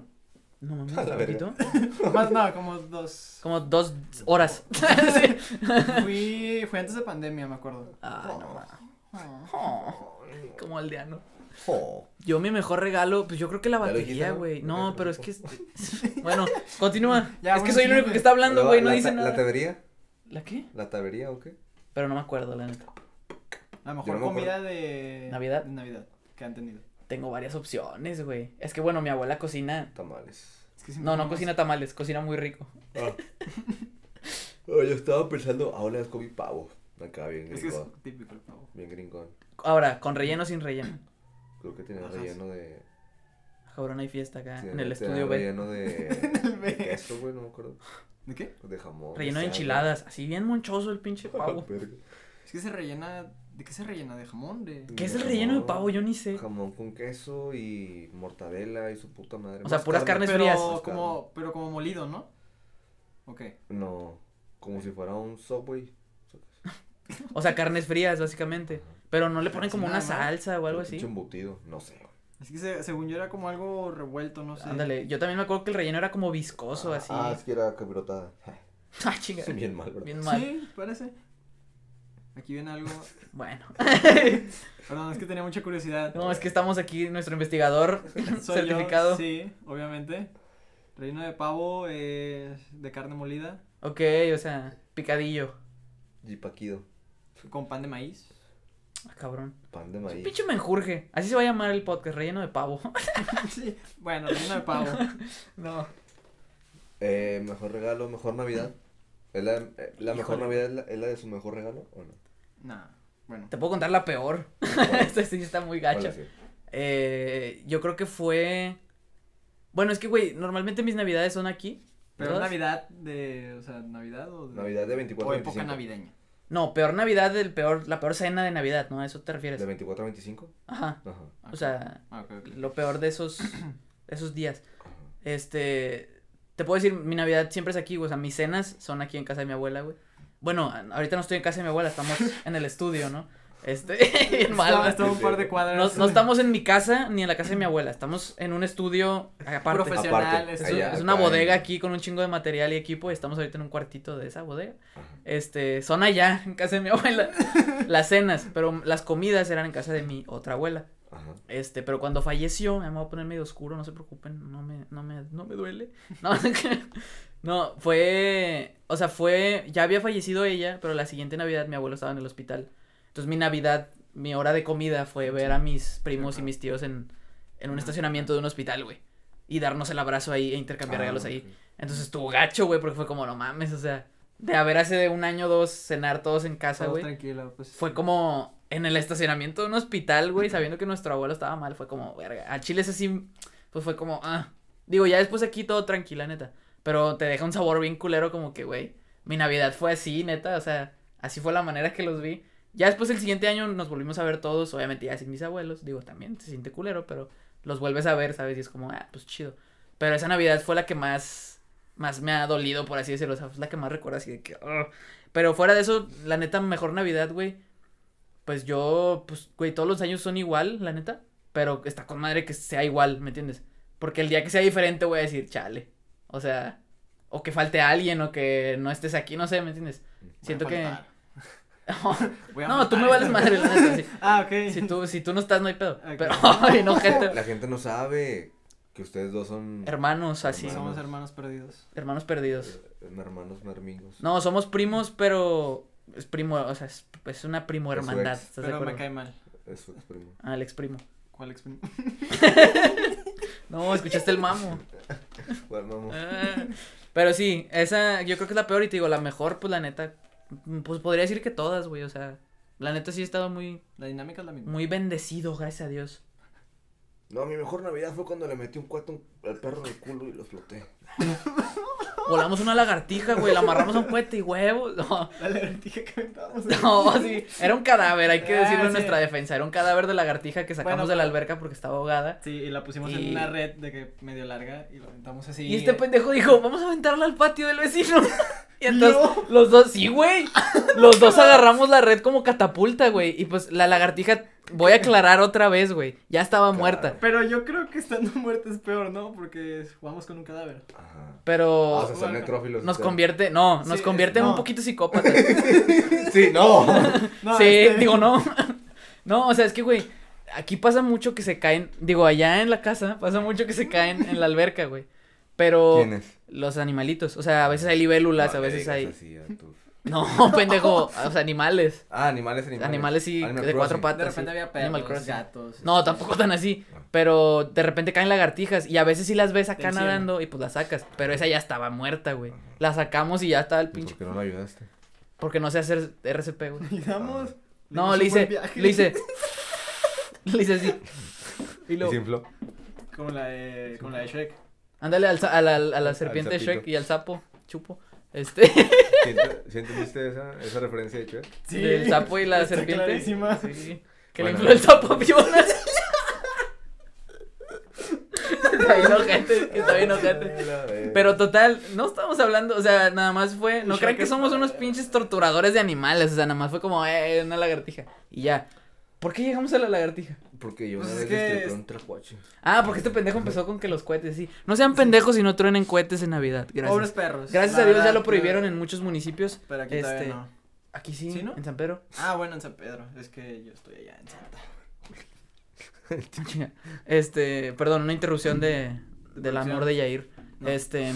Speaker 2: No
Speaker 4: (laughs)
Speaker 2: mames,
Speaker 4: A la verga.
Speaker 2: poquito.
Speaker 3: Más no, como dos.
Speaker 2: Como dos
Speaker 3: (laughs)
Speaker 2: horas. Sí.
Speaker 3: Fui, fui antes de pandemia, me acuerdo.
Speaker 2: Ah, no mames.
Speaker 3: Ah.
Speaker 2: Oh, como aldeano.
Speaker 4: Oh.
Speaker 2: Yo mi mejor regalo, pues yo creo que la
Speaker 4: Ya lo dijiste,
Speaker 2: batería,
Speaker 4: ¿no?
Speaker 2: güey.
Speaker 4: Ok,
Speaker 2: No, pero es que...
Speaker 4: perfecto.
Speaker 2: (laughs) Bueno, continúa.
Speaker 3: Ya,
Speaker 2: es que
Speaker 3: bueno,
Speaker 2: soy el único
Speaker 3: siguiente.
Speaker 2: que está hablando,
Speaker 4: Pero,
Speaker 2: güey, no
Speaker 4: ¿la
Speaker 2: dice
Speaker 4: ta- ¿La
Speaker 2: nada.
Speaker 4: tabería?
Speaker 2: ¿La qué?
Speaker 4: ¿La tabería o qué?
Speaker 2: Pero no me acuerdo, la neta.
Speaker 3: La
Speaker 4: Yo
Speaker 3: mejor
Speaker 4: no me
Speaker 3: comida de.
Speaker 2: ¿Navidad?
Speaker 3: De Navidad que han tenido.
Speaker 2: Tengo varias opciones, güey. Es que bueno, mi abuela cocina...
Speaker 4: Tamales.
Speaker 3: Es que
Speaker 2: No, no
Speaker 3: cocina
Speaker 2: cocina tamales, cocina muy rico.
Speaker 4: Ah. Oh, yo estaba pensando, ahora es comí pavo. Acá, bien
Speaker 3: Es que es
Speaker 4: gringón.
Speaker 3: típico el pavo. (laughs)
Speaker 4: Bien gringón.
Speaker 2: Ahora, con relleno o sin relleno.
Speaker 4: Creo que tenía
Speaker 3: Ajá,
Speaker 4: relleno de.
Speaker 2: Cabrón, hay fiesta acá
Speaker 4: tenía-
Speaker 2: Ah, en el
Speaker 4: tenía
Speaker 2: estudio, güey.
Speaker 4: relleno de.
Speaker 3: el
Speaker 4: de
Speaker 3: B.
Speaker 4: queso, güey, no me acuerdo.
Speaker 3: ¿De qué?
Speaker 4: De jamón.
Speaker 2: Relleno de
Speaker 4: salsa. (laughs)
Speaker 2: enchiladas. Así bien monchoso el pinche pavo.
Speaker 4: Verga.
Speaker 3: Es que se rellena. ¿De qué se rellena? ¿De jamón? ¿De.?
Speaker 2: ¿Qué es
Speaker 4: De
Speaker 2: el relleno de
Speaker 4: jamón.
Speaker 2: pavo? Yo ni sé.
Speaker 4: Jamón con queso y mortadela y su puta madre.
Speaker 2: O sea,
Speaker 4: Más
Speaker 2: puras
Speaker 4: carne.
Speaker 2: carnes
Speaker 3: Pero
Speaker 2: frías.
Speaker 4: Más
Speaker 3: como, pero como molido, ¿no? Ok.
Speaker 4: No, como si fuera un subway.
Speaker 2: O sea, carnes frías, básicamente. Pero no le ponen como
Speaker 3: Nada
Speaker 2: una
Speaker 3: más.
Speaker 2: salsa o algo
Speaker 4: Un pinche
Speaker 2: así.
Speaker 4: embutido, no sé. güey.
Speaker 3: Así que se- según yo era como algo revuelto, no sé.
Speaker 2: Ándale, yo también me acuerdo que el relleno era como viscoso,
Speaker 4: Ah,
Speaker 2: así. (laughs)
Speaker 4: Ah, es que era capirotada. (laughs)
Speaker 2: Ah, chinga.
Speaker 4: Soy bien mal, ¿verdad?
Speaker 2: Bien mal.
Speaker 3: Sí, parece. Aquí viene algo.
Speaker 2: Bueno. (laughs)
Speaker 3: Perdón, es que tenía mucha curiosidad.
Speaker 2: No, es que estamos aquí, nuestro investigador
Speaker 3: Soy yo,
Speaker 2: certificado.
Speaker 3: sí, obviamente. Reino de pavo eh, de carne molida
Speaker 2: Ok, o sea, picadillo.
Speaker 4: Jipaquido,
Speaker 3: con pan de maíz.
Speaker 2: (laughs) Ah, cabrón.
Speaker 4: pan de
Speaker 2: Es un
Speaker 4: maíz.
Speaker 2: pinche menjurje. Así se va a llamar el podcast, relleno de pavo. (laughs)
Speaker 3: sí. Bueno, reino de pavo.
Speaker 2: no.
Speaker 4: Eh, mejor regalo, mejor Navidad. ¿Es la, eh, la mejor
Speaker 2: Híjole.
Speaker 4: Navidad es la, es la de su mejor regalo o
Speaker 2: (laughs)
Speaker 4: no?
Speaker 3: Nah, bueno.
Speaker 2: Te puedo contar la peor. (laughs)
Speaker 4: ¿Cuál?
Speaker 2: Esta sí está muy
Speaker 4: ¿Cuál
Speaker 2: gacha.
Speaker 4: es el-
Speaker 2: Eh, yo creo que fue. Bueno, es que, güey, normalmente mis navidades son aquí.
Speaker 3: Pero
Speaker 2: ¿todas?
Speaker 3: Navidad de. O sea, Navidad o. de-
Speaker 4: Navidad de 24
Speaker 3: O
Speaker 4: a
Speaker 3: época
Speaker 4: 25.
Speaker 3: navideña.
Speaker 2: No, peor navidad, del peor, la peor cena de navidad, ¿no? ¿A eso te refieres?
Speaker 4: ¿De 24 a 25?
Speaker 2: Ajá.
Speaker 4: Ajá.
Speaker 2: O sea,
Speaker 3: Ah, ok, ok.
Speaker 2: lo peor de esos, esos días.
Speaker 4: ajá.
Speaker 2: Este. Te puedo decir, mi navidad siempre es aquí, güey. O sea, mis cenas son aquí en casa de mi abuela, güey. Bueno, a- ahorita no estoy en casa de mi abuela, estamos en el estudio, ¿no? Este. (laughs) bien mal,
Speaker 3: Estaba,
Speaker 2: güey.
Speaker 3: estaba un par de cuadras.
Speaker 2: no, no
Speaker 3: (laughs)
Speaker 2: estamos en mi casa ni en la casa de mi abuela, estamos en un estudio aparte.
Speaker 3: Profesional,
Speaker 4: Aparte,
Speaker 3: es
Speaker 2: Es,
Speaker 3: Allá,
Speaker 2: un-
Speaker 4: allá,
Speaker 2: es una
Speaker 4: acá
Speaker 2: bodega
Speaker 4: en-
Speaker 2: aquí con un chingo de material y equipo. y Estamos ahorita en un cuartito de esa bodega.
Speaker 4: Ajá.
Speaker 2: Este, son allá, en casa de mi (laughs) abuela. las cenas, pero las comidas eran en casa de mi otra abuela.
Speaker 4: Ajá.
Speaker 2: Este, pero cuando falleció, ya me voy a poner medio oscuro, no se preocupen, no me, no me, no me duele. No, (laughs) no, fue, o sea, fue, ya había fallecido ella, pero la siguiente Navidad mi abuelo estaba en el hospital. Entonces mi Navidad, mi hora de comida fue ver a mis primos y mis tíos en, en un estacionamiento de un hospital, güey. Y darnos el abrazo ahí e intercambiar
Speaker 4: Ah,
Speaker 2: regalos
Speaker 4: ok.
Speaker 2: ahí. Entonces estuvo gacho, güey, porque fue como, no mames, o sea, de haber hace de un año o dos cenar todos en casa,
Speaker 3: Todo
Speaker 2: güey
Speaker 3: tranquilo, pues.
Speaker 2: fue como en el estacionamiento de un hospital, güey, sabiendo que nuestro abuelo estaba mal, fue como, verga, al chile es así, pues fue como, ah, digo, ya después aquí todo tranquila, neta, Pero te deja un sabor bien culero como que, güey, mi Navidad fue así, neta, o sea, así fue la manera que los vi. Ya después el siguiente año nos volvimos a ver todos, obviamente ya sin mis abuelos, digo, también se siente culero, pero los vuelves a ver, ¿sabes? Y es como, ah, pues chido. Pero esa Navidad fue la que más, más me ha dolido, por así decirlo, o sea, es la que más recuerdo así de que, "Ugh". Pero fuera de eso, la neta, mejor Navidad, güey, pues yo, pues, güey, todos los años son igual, la neta, pero está con madre que sea igual, ¿me entiendes? Porque el día que sea diferente voy a decir, chale, o sea, o que falte alguien, o que no estés aquí, no sé, ¿me entiendes? Siento que...
Speaker 3: Voy
Speaker 2: (laughs)
Speaker 3: a
Speaker 2: no, tú
Speaker 3: faltar
Speaker 2: me vales
Speaker 3: esta-
Speaker 2: madre, la neta, sí.
Speaker 3: (laughs) Ah, ok.
Speaker 2: Si tú, si tú no estás, no hay pedo.
Speaker 3: Ok.
Speaker 2: Pero, (laughs) ay, no, gente.
Speaker 4: La gente no sabe que ustedes dos son
Speaker 2: Hermanos, así.
Speaker 4: Hermano.
Speaker 3: Somos hermanos perdidos.
Speaker 2: Hermanos perdidos.
Speaker 4: eh, hermanos mermingos.
Speaker 2: No, somos primos, pero es primo, o sea, es, es una primo hermandad.
Speaker 4: Es su ex.
Speaker 2: ¿estás de
Speaker 3: Pero me
Speaker 2: acuerdo?
Speaker 3: cae mal.
Speaker 4: Es su ex primo.
Speaker 2: Ah, el ex primo.
Speaker 3: ¿Cuál (laughs) ex?
Speaker 2: No, escuchaste el
Speaker 3: (laughs)
Speaker 2: mamo.
Speaker 4: Bueno, vamos.
Speaker 2: Ah, Pero sí, esa yo creo que es la peor y te digo, la mejor, pues la neta, mm, pues podría decir que todas, güey, o sea, la neta sí he estado muy,
Speaker 3: La dinámica es la misma.
Speaker 2: muy bendecido, gracias a Dios.
Speaker 4: No, mi mejor Navidad fue cuando le metí un cuato al perro en el culo y lo exploté.
Speaker 2: Volamos una lagartija, güey, la amarramos a un puente y huevos. No,
Speaker 3: La lagartija que
Speaker 2: (laughs)
Speaker 3: aventamos.
Speaker 2: no, sí, era un cadáver, hay que
Speaker 3: Ah,
Speaker 2: decirlo en
Speaker 3: sí.
Speaker 2: nuestra defensa, era un cadáver de lagartija que sacamos
Speaker 3: Bueno,
Speaker 2: de la
Speaker 3: pero-
Speaker 2: alberca porque estaba ahogada.
Speaker 3: Sí, y la pusimos
Speaker 2: Y-
Speaker 3: en una red de que medio larga y lo aventamos así.
Speaker 2: Y este
Speaker 3: eh,
Speaker 2: pendejo dijo, vamos a aventarla al patio del vecino. (laughs) Y entonces los dos,
Speaker 4: (laughs)
Speaker 2: sí, güey. Los dos agarramos la red como catapulta, güey. Y pues la lagartija, voy a aclarar otra vez, güey. Ya estaba
Speaker 4: Claro.
Speaker 2: muerta.
Speaker 3: Pero yo creo que estando (laughs) muerto es peor, ¿no? Porque jugamos con un cadáver.
Speaker 4: Ajá. Ah, o
Speaker 2: Pero
Speaker 4: sea, son necrófilos.
Speaker 2: Oh, nos
Speaker 4: ustedes.
Speaker 2: convierte, no, nos
Speaker 3: Sí,
Speaker 2: convierte en
Speaker 3: no.
Speaker 2: un poquito psicópatas.
Speaker 4: (laughs) Sí, (laughs)
Speaker 2: (laughs)
Speaker 4: no.
Speaker 2: sí,
Speaker 3: este-
Speaker 2: digo, no. (laughs) No, o sea, es que, güey, aquí pasa mucho que se caen, digo, allá en la casa pasa mucho que se caen en la alberca, güey. Pero
Speaker 4: ¿Quiénes?
Speaker 2: los animalitos, o sea, a veces hay libélulas,
Speaker 4: No,
Speaker 2: a
Speaker 4: le
Speaker 2: veces
Speaker 4: digas
Speaker 2: hay...
Speaker 4: así a tus-
Speaker 2: (laughs) No, pendejo, o sea, animales.
Speaker 4: Ah, animales, animales.
Speaker 2: Animales sí,
Speaker 4: Animal
Speaker 2: de cuatro
Speaker 4: Crossing.
Speaker 2: patas.
Speaker 3: De repente
Speaker 2: sí.
Speaker 3: había
Speaker 2: Animal
Speaker 3: perros,
Speaker 2: Crossing.
Speaker 3: gatos.
Speaker 2: No,
Speaker 3: este,
Speaker 2: tampoco tan así.
Speaker 4: No.
Speaker 2: Pero de repente caen lagartijas y a veces sí las ves acá
Speaker 3: Del cielo.
Speaker 2: nadando y pues las sacas. Pero esa ya estaba muerta, güey. La sacamos y ya estaba el
Speaker 4: ¿Y
Speaker 2: pinche.
Speaker 4: Pues, ¿Por qué no lo ayudaste?
Speaker 2: Porque no sé hacer RCP, güey.
Speaker 3: Digamos.
Speaker 2: No, le
Speaker 3: dimos
Speaker 2: hice,
Speaker 3: un buen viaje.
Speaker 2: le hice. (laughs) Le hice así.
Speaker 4: (laughs)
Speaker 2: Y
Speaker 4: ¿Y se
Speaker 2: luego,
Speaker 4: infló?
Speaker 3: Como la de, como la de Shrek.
Speaker 2: ándale al sa- a la, a la
Speaker 4: Al
Speaker 2: serpiente de Shrek
Speaker 4: sapito.
Speaker 2: y al sapo, chupo. Este, (laughs)
Speaker 4: ¿Sí ent- ¿Sí entendiste esa, esa referencia de Chuck?
Speaker 3: Sí.
Speaker 2: (laughs) del sapo y la
Speaker 3: está
Speaker 2: serpiente.
Speaker 3: clarísima.
Speaker 2: Sí. Que le
Speaker 4: Bueno.
Speaker 2: infló el sapo (laughs) a Fiona.
Speaker 3: (laughs)
Speaker 2: Está bien ojete, está bien ojete. Pero total, no estamos hablando, o sea, nada más fue, no
Speaker 3: Yo
Speaker 2: crean
Speaker 3: que
Speaker 2: que somos
Speaker 3: para-
Speaker 2: unos pinches torturadores de animales, o sea, nada más fue como, eh, una lagartija, y ya. ¿Por qué llegamos a la lagartija?
Speaker 4: Porque yo
Speaker 3: Pues
Speaker 4: una vez
Speaker 3: es que
Speaker 4: destripé
Speaker 3: es-
Speaker 4: un tracuache.
Speaker 2: Ah, porque este pendejo empezó con que los cohetes, sí. No sean pendejos y no truenen cohetes en Navidad,
Speaker 3: Pobres
Speaker 2: gracias.
Speaker 3: perros.
Speaker 2: Gracias
Speaker 3: la
Speaker 2: a Dios ya
Speaker 3: verdad,
Speaker 2: lo prohibieron
Speaker 3: yo-
Speaker 2: en muchos municipios,
Speaker 3: Pero aquí
Speaker 2: este-
Speaker 3: todavía no.
Speaker 2: aquí sí,
Speaker 3: ¿Sí, no?
Speaker 2: en San Pedro. (laughs)
Speaker 3: Ah, bueno, en San Pedro. Es que yo estoy allá en Santa.
Speaker 2: Chinga. Este, perdón, una interrupción de, del amor de Yair.
Speaker 3: No.
Speaker 2: Este,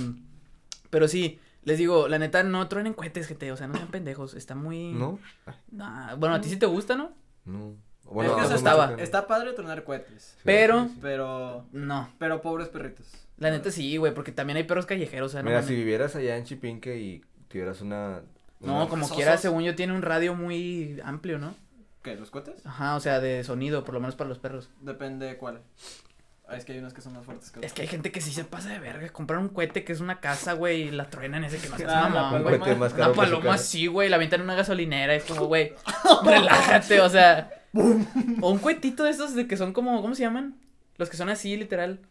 Speaker 2: pero sí, les digo, la neta, no truenen cohetes, gente, o sea, no sean pendejos, está muy...
Speaker 4: ¿No? Ah,
Speaker 2: Nah, bueno, a ti sí te gusta, ¿no?
Speaker 4: No.
Speaker 2: Bueno,
Speaker 3: es que
Speaker 2: no,
Speaker 3: eso
Speaker 2: no
Speaker 3: estaba.
Speaker 2: mucho
Speaker 3: Está padre tronar cohetes.
Speaker 2: Pero-
Speaker 3: Pero.
Speaker 2: No.
Speaker 3: Pero pobres perritos.
Speaker 2: La neta sí, güey, porque también hay perros callejeros, o sea, no
Speaker 4: Mira,
Speaker 2: mames.
Speaker 4: si vivieras allá en Chipinque y tuvieras una...
Speaker 2: No,
Speaker 4: una-
Speaker 2: como
Speaker 3: Sosos.
Speaker 2: quiera, según yo, tiene un radio muy amplio, ¿no?
Speaker 3: ¿Qué? ¿Los cohetes?
Speaker 2: Ajá, o sea, de sonido, por lo menos para los perros.
Speaker 3: Depende de cuál. Ah, es que hay unos que son más fuertes que otros.
Speaker 2: Es que hay gente que sí se pasa de verga, comprar un cohete que es una casa, güey, y la truenan ese que no seas
Speaker 3: Ah, la
Speaker 2: mamón,
Speaker 4: Un
Speaker 2: güey.
Speaker 3: paloma.
Speaker 4: cohete más
Speaker 2: Una
Speaker 4: caro que su
Speaker 2: paloma
Speaker 4: casa.
Speaker 2: así, güey, la avientan en una gasolinera, es como,
Speaker 4: (laughs)
Speaker 2: güey, relájate, o sea. O un cohetito de esos de que son como, ¿cómo se llaman? Los que son así, literal.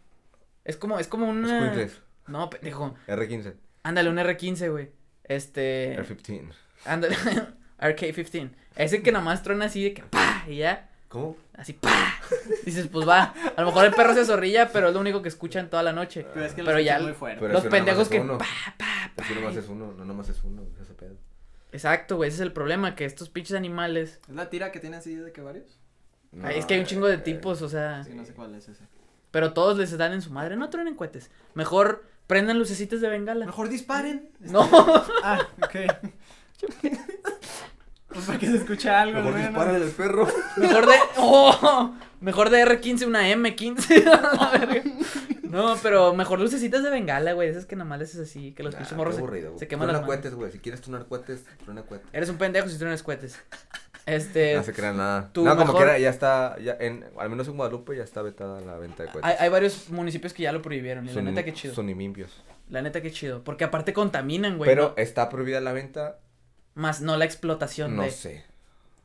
Speaker 2: Es como, es como una...
Speaker 4: Escuincles,
Speaker 2: No, pendejo.
Speaker 4: R15,
Speaker 2: Ándale, un R15, güey. Este...
Speaker 4: R15.
Speaker 2: Ándale, (laughs) RK15. Ese que nada más truena así de que pa y ya,
Speaker 4: ¿Cómo?
Speaker 2: así pa. Dices, pues va. A lo mejor el perro se zorrilla, pero es lo único que escuchan toda la noche.
Speaker 3: Pero es que
Speaker 2: Pero
Speaker 3: los
Speaker 2: ya-
Speaker 3: son muy fuertes.
Speaker 4: Pero
Speaker 2: Los
Speaker 4: eso nomás
Speaker 2: pendejos
Speaker 4: es
Speaker 2: que
Speaker 4: uno.
Speaker 2: pa, pa, pa.
Speaker 4: Así nomás es uno, no nomás es uno, es ese pedo.
Speaker 2: Exacto, güey, ese es el problema, que estos pinches animales.
Speaker 3: ¿Es la tira que tiene así de que varios?
Speaker 4: No,
Speaker 2: Ay, es que hay un chingo de
Speaker 4: eh,
Speaker 2: tipos, o sea.
Speaker 3: Sí, no sé cuál es ese.
Speaker 2: Pero todos les dan en su madre. No truenen cohetes. Mejor prendan lucecitas de bengala.
Speaker 3: Mejor disparen.
Speaker 2: No.
Speaker 3: Ah,
Speaker 2: (laughs)
Speaker 3: ok. pues para que se escuche algo,
Speaker 4: Mejor
Speaker 3: al menos.
Speaker 4: dispara del perro.
Speaker 2: Mejor de. ¡Oh! Mejor de R15, una M15. (laughs) a la verga. no, pero mejor lucecitas de bengala, güey. Esas que nomás les es así, que los
Speaker 4: Nah,
Speaker 2: pinches
Speaker 4: Ah, qué
Speaker 2: morros se,
Speaker 4: aburrido, güey.
Speaker 2: se queman las
Speaker 4: Truena
Speaker 2: manos.
Speaker 4: cohetes, güey. Si quieres tronar cohetes, truena cohetes. (laughs)
Speaker 2: Eres un pendejo si tú no eres cohetes. Este,
Speaker 4: No se crean nada.
Speaker 2: tu
Speaker 4: No, como
Speaker 2: mejor-
Speaker 4: quiera, ya está, ya en, al menos en Guadalupe ya está vetada la venta de
Speaker 2: hay,
Speaker 4: cohetes.
Speaker 2: hay varios municipios que ya lo prohibieron. Y la
Speaker 4: Son-
Speaker 2: neta, qué chido.
Speaker 4: Son imimpios.
Speaker 2: La neta, qué chido. Porque aparte contaminan, güey.
Speaker 4: Pero
Speaker 2: ¿no?
Speaker 4: está prohibida la venta,
Speaker 2: Más no la explotación
Speaker 4: no
Speaker 2: de.
Speaker 4: sé.